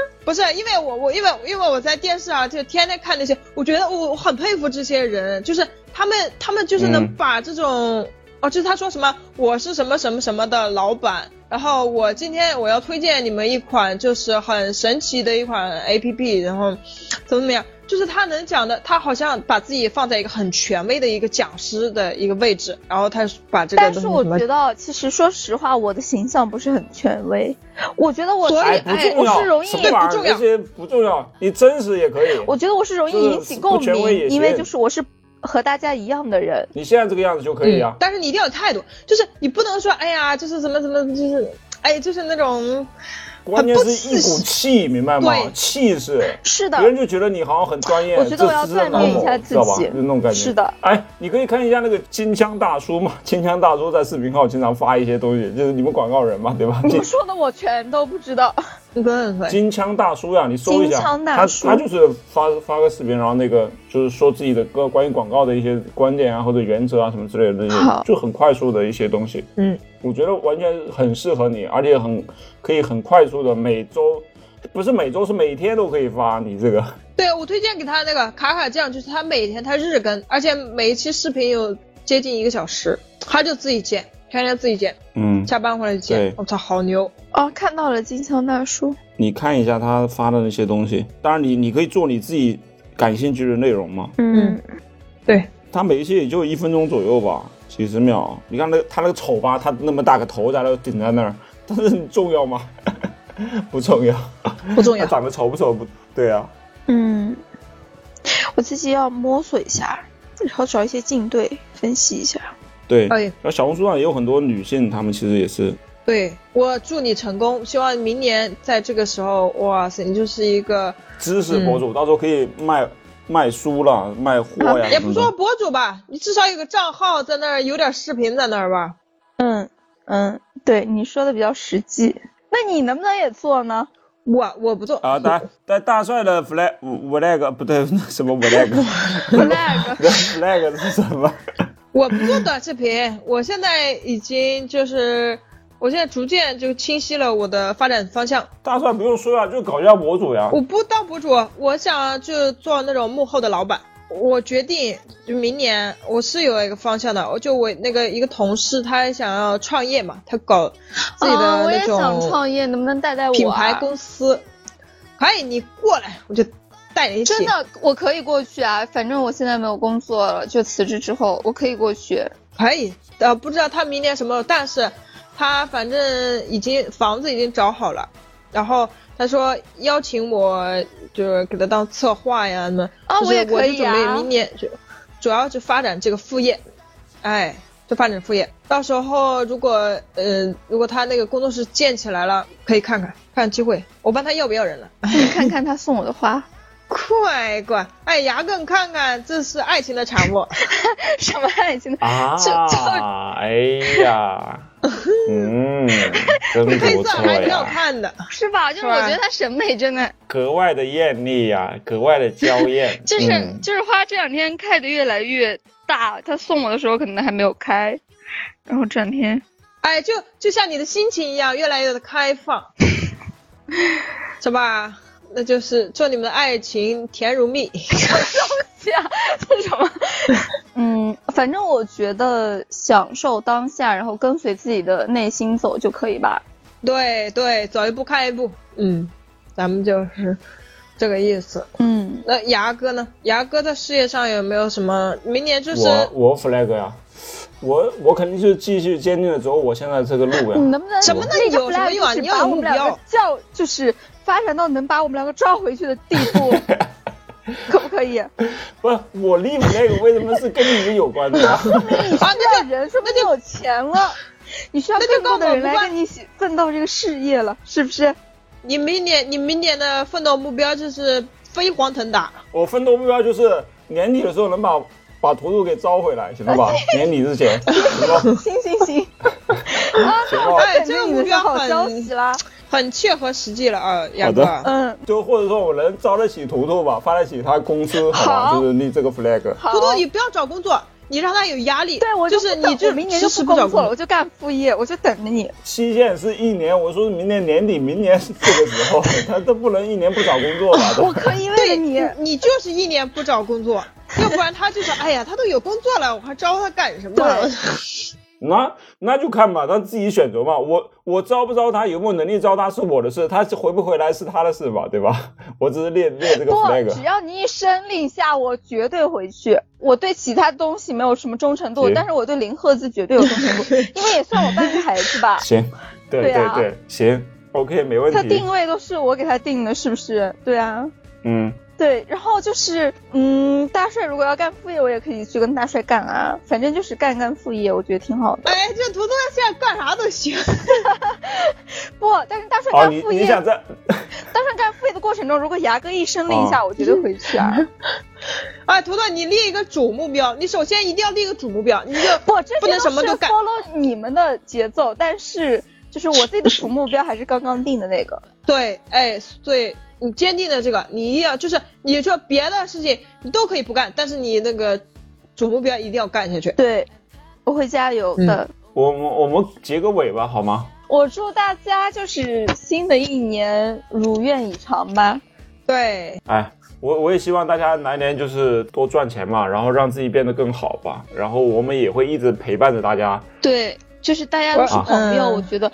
(laughs) 不是因为我我因为因为我在电视啊，就天天看那些，我觉得我我很佩服这些人，就是他们他们就是能
嗯
把这种、哦，就是他说什么我是什么什么什么的老板，然后我今天我要推荐你们一款就是很神奇的一款 A P P，然后怎么怎么样，就是他能讲的，他好像把自己放在一个很权威的一个讲师的一个位置，然后他把这个
但
东西
是我
什么
觉得，其实说实话，我的形象不是很权威。我觉得 (laughs) 我
所以
哎，
哎，
不重
我是
要，
容易
什么玩
对
意儿
不重要
那些不重要，你真实也可以。
我觉得我是容易引起共
就是不权威也
鸣，
行
因为就是我是和大家一样的人。
你现在这个样子就可以啊
嗯。。但是你一定要有态度，就是你不能说哎呀，就是怎么怎么，就是哎，就是那种
关键是一股气，明白吗
对？
气势，
是的
别，人就觉得你好像很专业，
我觉得我要
这这是在
锻炼一下
脑补知道吧
自己
就那种感觉。
是的，
哎，你可以看一下那个金枪大叔嘛，金枪大叔在视频号经常发一些东西，就是你们广告人嘛，对
(laughs)
吧？
你
金
们说的我全都不知道。
对对
金枪大叔呀，你搜一下，
哎金枪大
他
叔
他就是发发个视频，然后那个就是说自己的各关于广告的一些观点啊，或者原则啊什么之类的，
好
就很快速的一些东西。
嗯，
我觉得完全很适合你，而且很可以很快速的每周，不是每周是每天都可以发你这个。
对，我推荐给他那个卡卡酱，就是他每天他日更，而且每一期视频有接近一个小时，他就自己剪，天天自己剪，
嗯，
下班回来就
对
剪，我操，好牛！
(laughs) 哦，看到了金枪大叔。
你看一下他发的那些东西，当然你你可以做你自己感兴趣的内容嘛。
嗯，
对，
他每一期也就一分钟左右吧，几十秒。你看那他那个丑吧，他那么大个头在那顶在那儿，但是你重要吗？ (laughs) 不重要，
不
(laughs)
重
他
要。
长得丑不丑不对啊。
嗯，我自己要摸索一下，然后找一些竞对分析一下。
对，
哎
然后小红书上也有很多女性，她们其实也是，
对我祝你成功，希望明年在这个时候，哇塞，你就是一个
知识博主，
嗯
到时候可以卖卖书了，卖货呀、
啊也
什
不
么的
说博主吧，你至少有个账号在那儿，有点视频在那儿吧。
嗯嗯，对，你说的比较实际。那你能不能也做呢？
我我不做
啊，
(laughs)
大大大帅的 flag flag 不对，那什么 (laughs) flag
flag
flag 是什么？
我不做短视频，我现在已经就是，我现在逐渐就清晰了我的发展方向。
大帅不用说啊，就搞一下博主呀。
我不当博主，我想就做那种幕后的老板。我决定就明年我是有一个方向的，我就我那个一个同事他想要创业嘛，他搞自己
啊
的
我也
那
想
种
创业，能不能带带我、啊？
品牌公司。可以，你过来，我就带你一起。
真的，我可以过去啊，反正我现在没有工作了，就辞职之后我可以过去。
可以，呃，不知道他明年什么时候，但是他反正已经房子已经找好了，然后他说邀请我，就是给他当策划呀什么，
啊
就
我
是
也
哦我
可
就
以
准
啊
备明年就主要就发展这个副业，哎，就发展副业，到时候如果呃如果他那个工作室建起来了，可以看看看机会，我问他要不要人了，
你看看他送我的花，
(laughs) 快快，哎，牙更看看，这是爱情的产物。
(laughs) 什么爱情的？
啊
就就
哎
(laughs)
呀，嗯，真
配
不
色
错
还挺好
呀，
看的，
是吧？就是
是吧
我觉得他审美真的，
格外的艳丽呀，格外的娇艳。
(laughs) 就是、
嗯
就是花这两天开的越来越大，他送我的时候可能还没有开，然后这两天 (laughs)
哎，就就像你的心情一样，越来越的
(laughs)
开放，是吧？那就是祝你们的爱情甜如蜜。
呀，这是什么？嗯，反正我觉得享受当下，然后跟随自己的内心走就可以吧。
对对，走一步看一步，嗯，咱们就是这个意思。
嗯，
那牙哥呢？牙哥在事业上有没有什么？明年就是
我我 flag 呀、我我肯定是继续坚定的走我现在这个路呀。
你能不能
什么呢
立个
有什么
flag，
用啊
就是
你要
把
有
我们
目标
两个叫，就是发展到能把我们两个抓回去的地
(laughs)
步，可不可以？
(laughs)
啊
不是我立 flag 为什么是跟你们有关的
(laughs)
呀？
啊，
需要
那就
人，说不定有钱了，你需要
那就
更多
跟
的
我
人
无
来
关
跟你一起奋斗这个事业了，是不是？
你明年你明年的奋斗目标就是飞黄腾达。
我奋斗目标就是年底的时候能把把图图给招回来，行了
(laughs)
吧？年底之前，行吧？
行行行， (laughs) 啊，
行
那我
吧
等着你的好消息啦。
很切合实际了啊，牙哥。
好
嗯，
就或者说我能招得起图图吧，发得起他工资，好吧？
好
就是立这个 flag。
好
图，图，你不要找工作，你让他有压力。
对我
就
不
是
找
你就
我明年
迟
就
迟
不
不
工
找
作了，
作
我就干副业，我就等着你。
期限是一年，我说是明年年底，明年这个时
(laughs)
候，他都不能一年不找工作吧？
(laughs) 我可以为了
对
你， (laughs)
你就是一年不找工作，要不然他就说，哎呀，他都有工作了，我还招他干什
(laughs)
么啊？
那那就看吧，他自己选择嘛。我我招不招他，有没有能力招他是我的事，他回不回来是他的事吧，对吧？ (laughs) 我只是列列这个
不，只
flag。
要你一声令下，我绝对回去。我对其他东西没有什么忠诚度
行，
但是我对林赫兹绝对有忠诚 (laughs) 度，因为也算我半个孩子
(laughs)
吧。
行，对
对啊
对，行，OK，没问
他
题
定。位都是我给他定的，是不是？对啊，
嗯，
对。然后就是，嗯，大帅如果要干副业，我也可以去跟大帅干啊，反正就是干干副业，我觉得挺好的。
哎，这图图他现在干啥都行。 (laughs)
不，但是大帅
哦，
干
你
副
你
业，
想在
大帅干副业的过程中，如果牙哥一声令
哦
下，我绝对回去
(laughs)
啊。
哎，图图，你立一个主目标，你首先一定要立一个主目标，你就
不，这些
不能什么
都
都
是
干
follow 你们的节奏，但是就是我自己的主目标还是刚刚定的那个。
对，哎，对你坚定的这个，你一定要就是你说别的事情你都可以不干，但是你那个主目标一定要干下去。
对，我会加油的。
我们我们结个尾吧，好吗？
我祝大家就是新的一年如愿以偿吧。
对，
哎，我我也希望大家来年就是多赚钱嘛，然后让自己变得更好吧。然后我们也会一直陪伴着大家。
对，就是大家都是
啊
朋友，
嗯
我觉得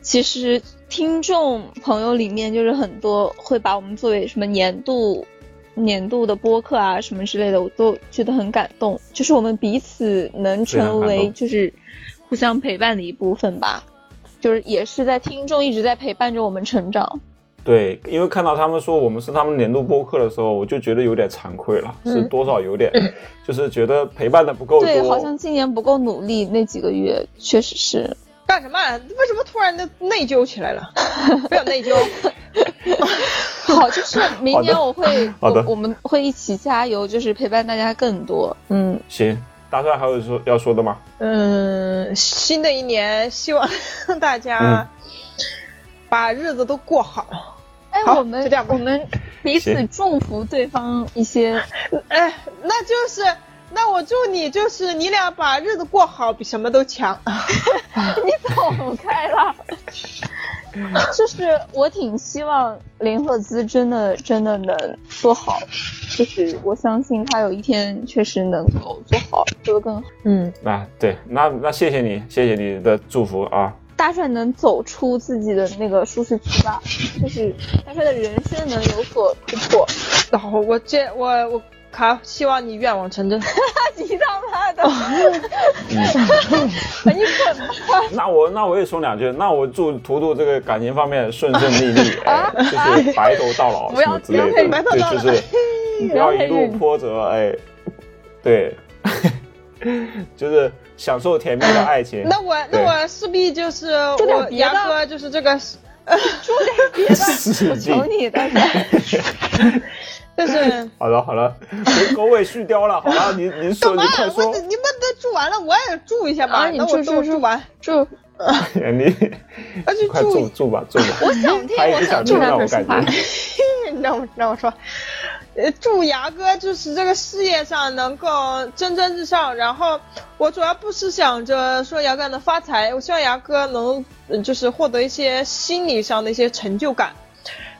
其实听众朋友里面就是很多会把我们作为什么年度。年度的播客啊，什么之类的，我都觉得很感动。就是我们彼此能成
非常感
为
动
就是互相陪伴的一部分吧，就是也是在听众一直在陪伴着我们成长。
对，因为看到他们说我们是他们年度播客的时候，我就觉得有点惭愧了，
嗯
是多少有点，
(laughs)
就是觉得陪伴的不够多。哦
对，好像今年不够努力，那几个月确实是。
干什么啊？为什么突然的内疚起来了？不要内疚，
(laughs)
好，就是明年我会，
好的
我我们会一起加油，就是陪伴大家更多。嗯，
行，大帅还有说要说的吗？
嗯，新的一年希望大
嗯
家把日子都过好。
哎，
好
我们
就这样吧
我们彼此
行
祝福对方一些，
哎，那就是，那我祝你就是你俩把日子过好，比什么都强。
你走开了。 (laughs) 就是我挺希望林赫兹真的真的能做好，就是我相信他有一天确实能够做好，做得更好。
嗯，
啊，对，那那谢谢你，谢谢你的祝福啊。
大帅能走出自己的那个舒适区吧，就是大帅的人生能有所突破。
然后嗯我这我我卡，希望你愿望
(laughs)
成真。
你他妈的！
哦
(laughs) 你滚吧！
那我那我也说两句，那我祝图图这个感情方面顺顺利
(laughs)
利，哎，就是白头到老
不
什
要
么之类
不要太
的，
白头
对，
到
就
(laughs)
老
是不要一路
不要太
波折，哎，对， (laughs) 就是享受甜蜜的爱
(laughs)
情。
那我那
对
我势必就是
这点
我
别的
牙哥就是这个，
说点别
(laughs)
的，我
使劲
求你，
(laughs)
大帅。
但是
好了好了，狗狗尾续貂了。好了，你你说你
妈
快
呀，
说
我，你们都住完了，我也住一下吧。
啊你
那
住
我
住
等我
住
住完，
祝
哎你
那就
快
住
住住吧住吧。
我想听，
他一
我
直想
听
听
他
到我
们说
感
话。
觉，
(laughs) 让我让我说，呃，祝牙哥就是这个事业上能够蒸蒸日上。然后我主要不是想着说牙哥能发财，我希望牙哥能呃就是获得一些心理上的一些成就感，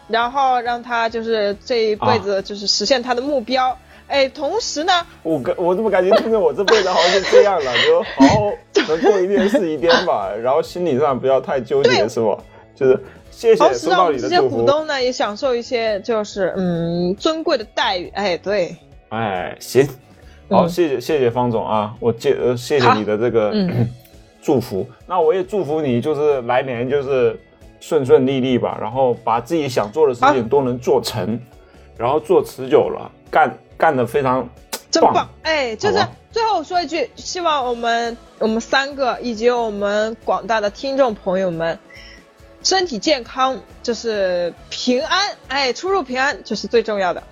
然后让他就是这一辈
啊
子就是实现他的目标。哎，同时呢，
我感我怎么感觉听着我这辈子好像是这样了，就好好能过一天是一天吧，然后心理上不要太纠结，是吧？就是谢谢
同时
收
让
到
啊我
你
们这
的
些
祝
股
福，
东呢也享受一些就是嗯尊贵的待遇。哎，对，
哎，行，好，
嗯
谢谢谢谢方总啊，我谢呃谢谢
好
你的这个、
嗯
(clears throat) 祝福，那我也祝福你，就是来年就是顺顺利利吧，然后把自己想做的事情
好
都能做成，然后做持久了，干干的非常
真
棒
棒！哎，就是
好吧
最后我说一句，希望我们我们三个以及我们广大的听众朋友们。身体健康就是平安，哎，出入平安就是最重要的。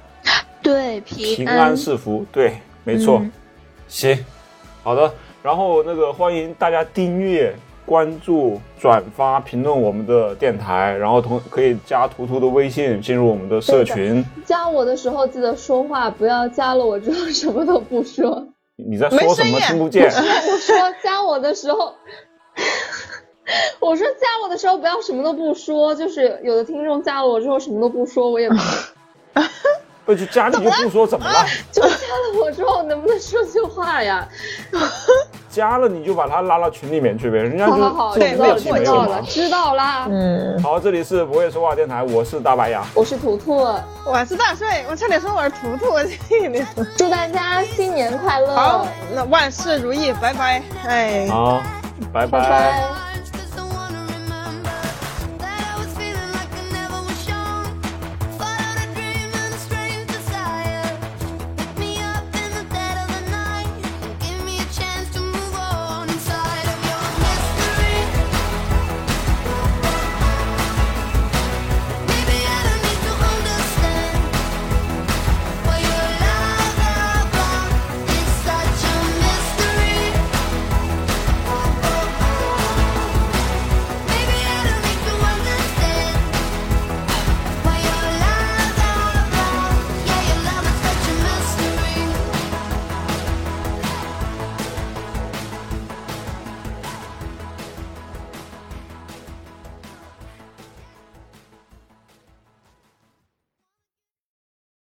对，平
平安是福，对，没错，
嗯
行，好的，然后那个欢迎大家订阅、关注、转发、评论我们的电台，然后同可以加图图的微信进入我们的社群，
加我的时候记得说话，不要加了我之后什么都不说。
你在
没
说什
声
么
音
听不
(laughs)
见，
我说加我的时候，我说加我的时候不要什么都不说，就是有的听众加了我之后什么都不说，
(laughs)
我也不
不就加你就不说怎么了，
就加了我之后能不能说句话呀？
加了你就把他拉到群里面去呗，人家就
好好好，
这
知
种
道
热
了，
情没有
知道
嘛
了，。知道啦。
嗯，
好，这里是不会说话电台，我是大白牙，
我是图图，
我是大帅，我差点说我是图图，我这里说。
祝大家新年快乐，
好，那万事如意，拜拜，哎。
好，拜
拜拜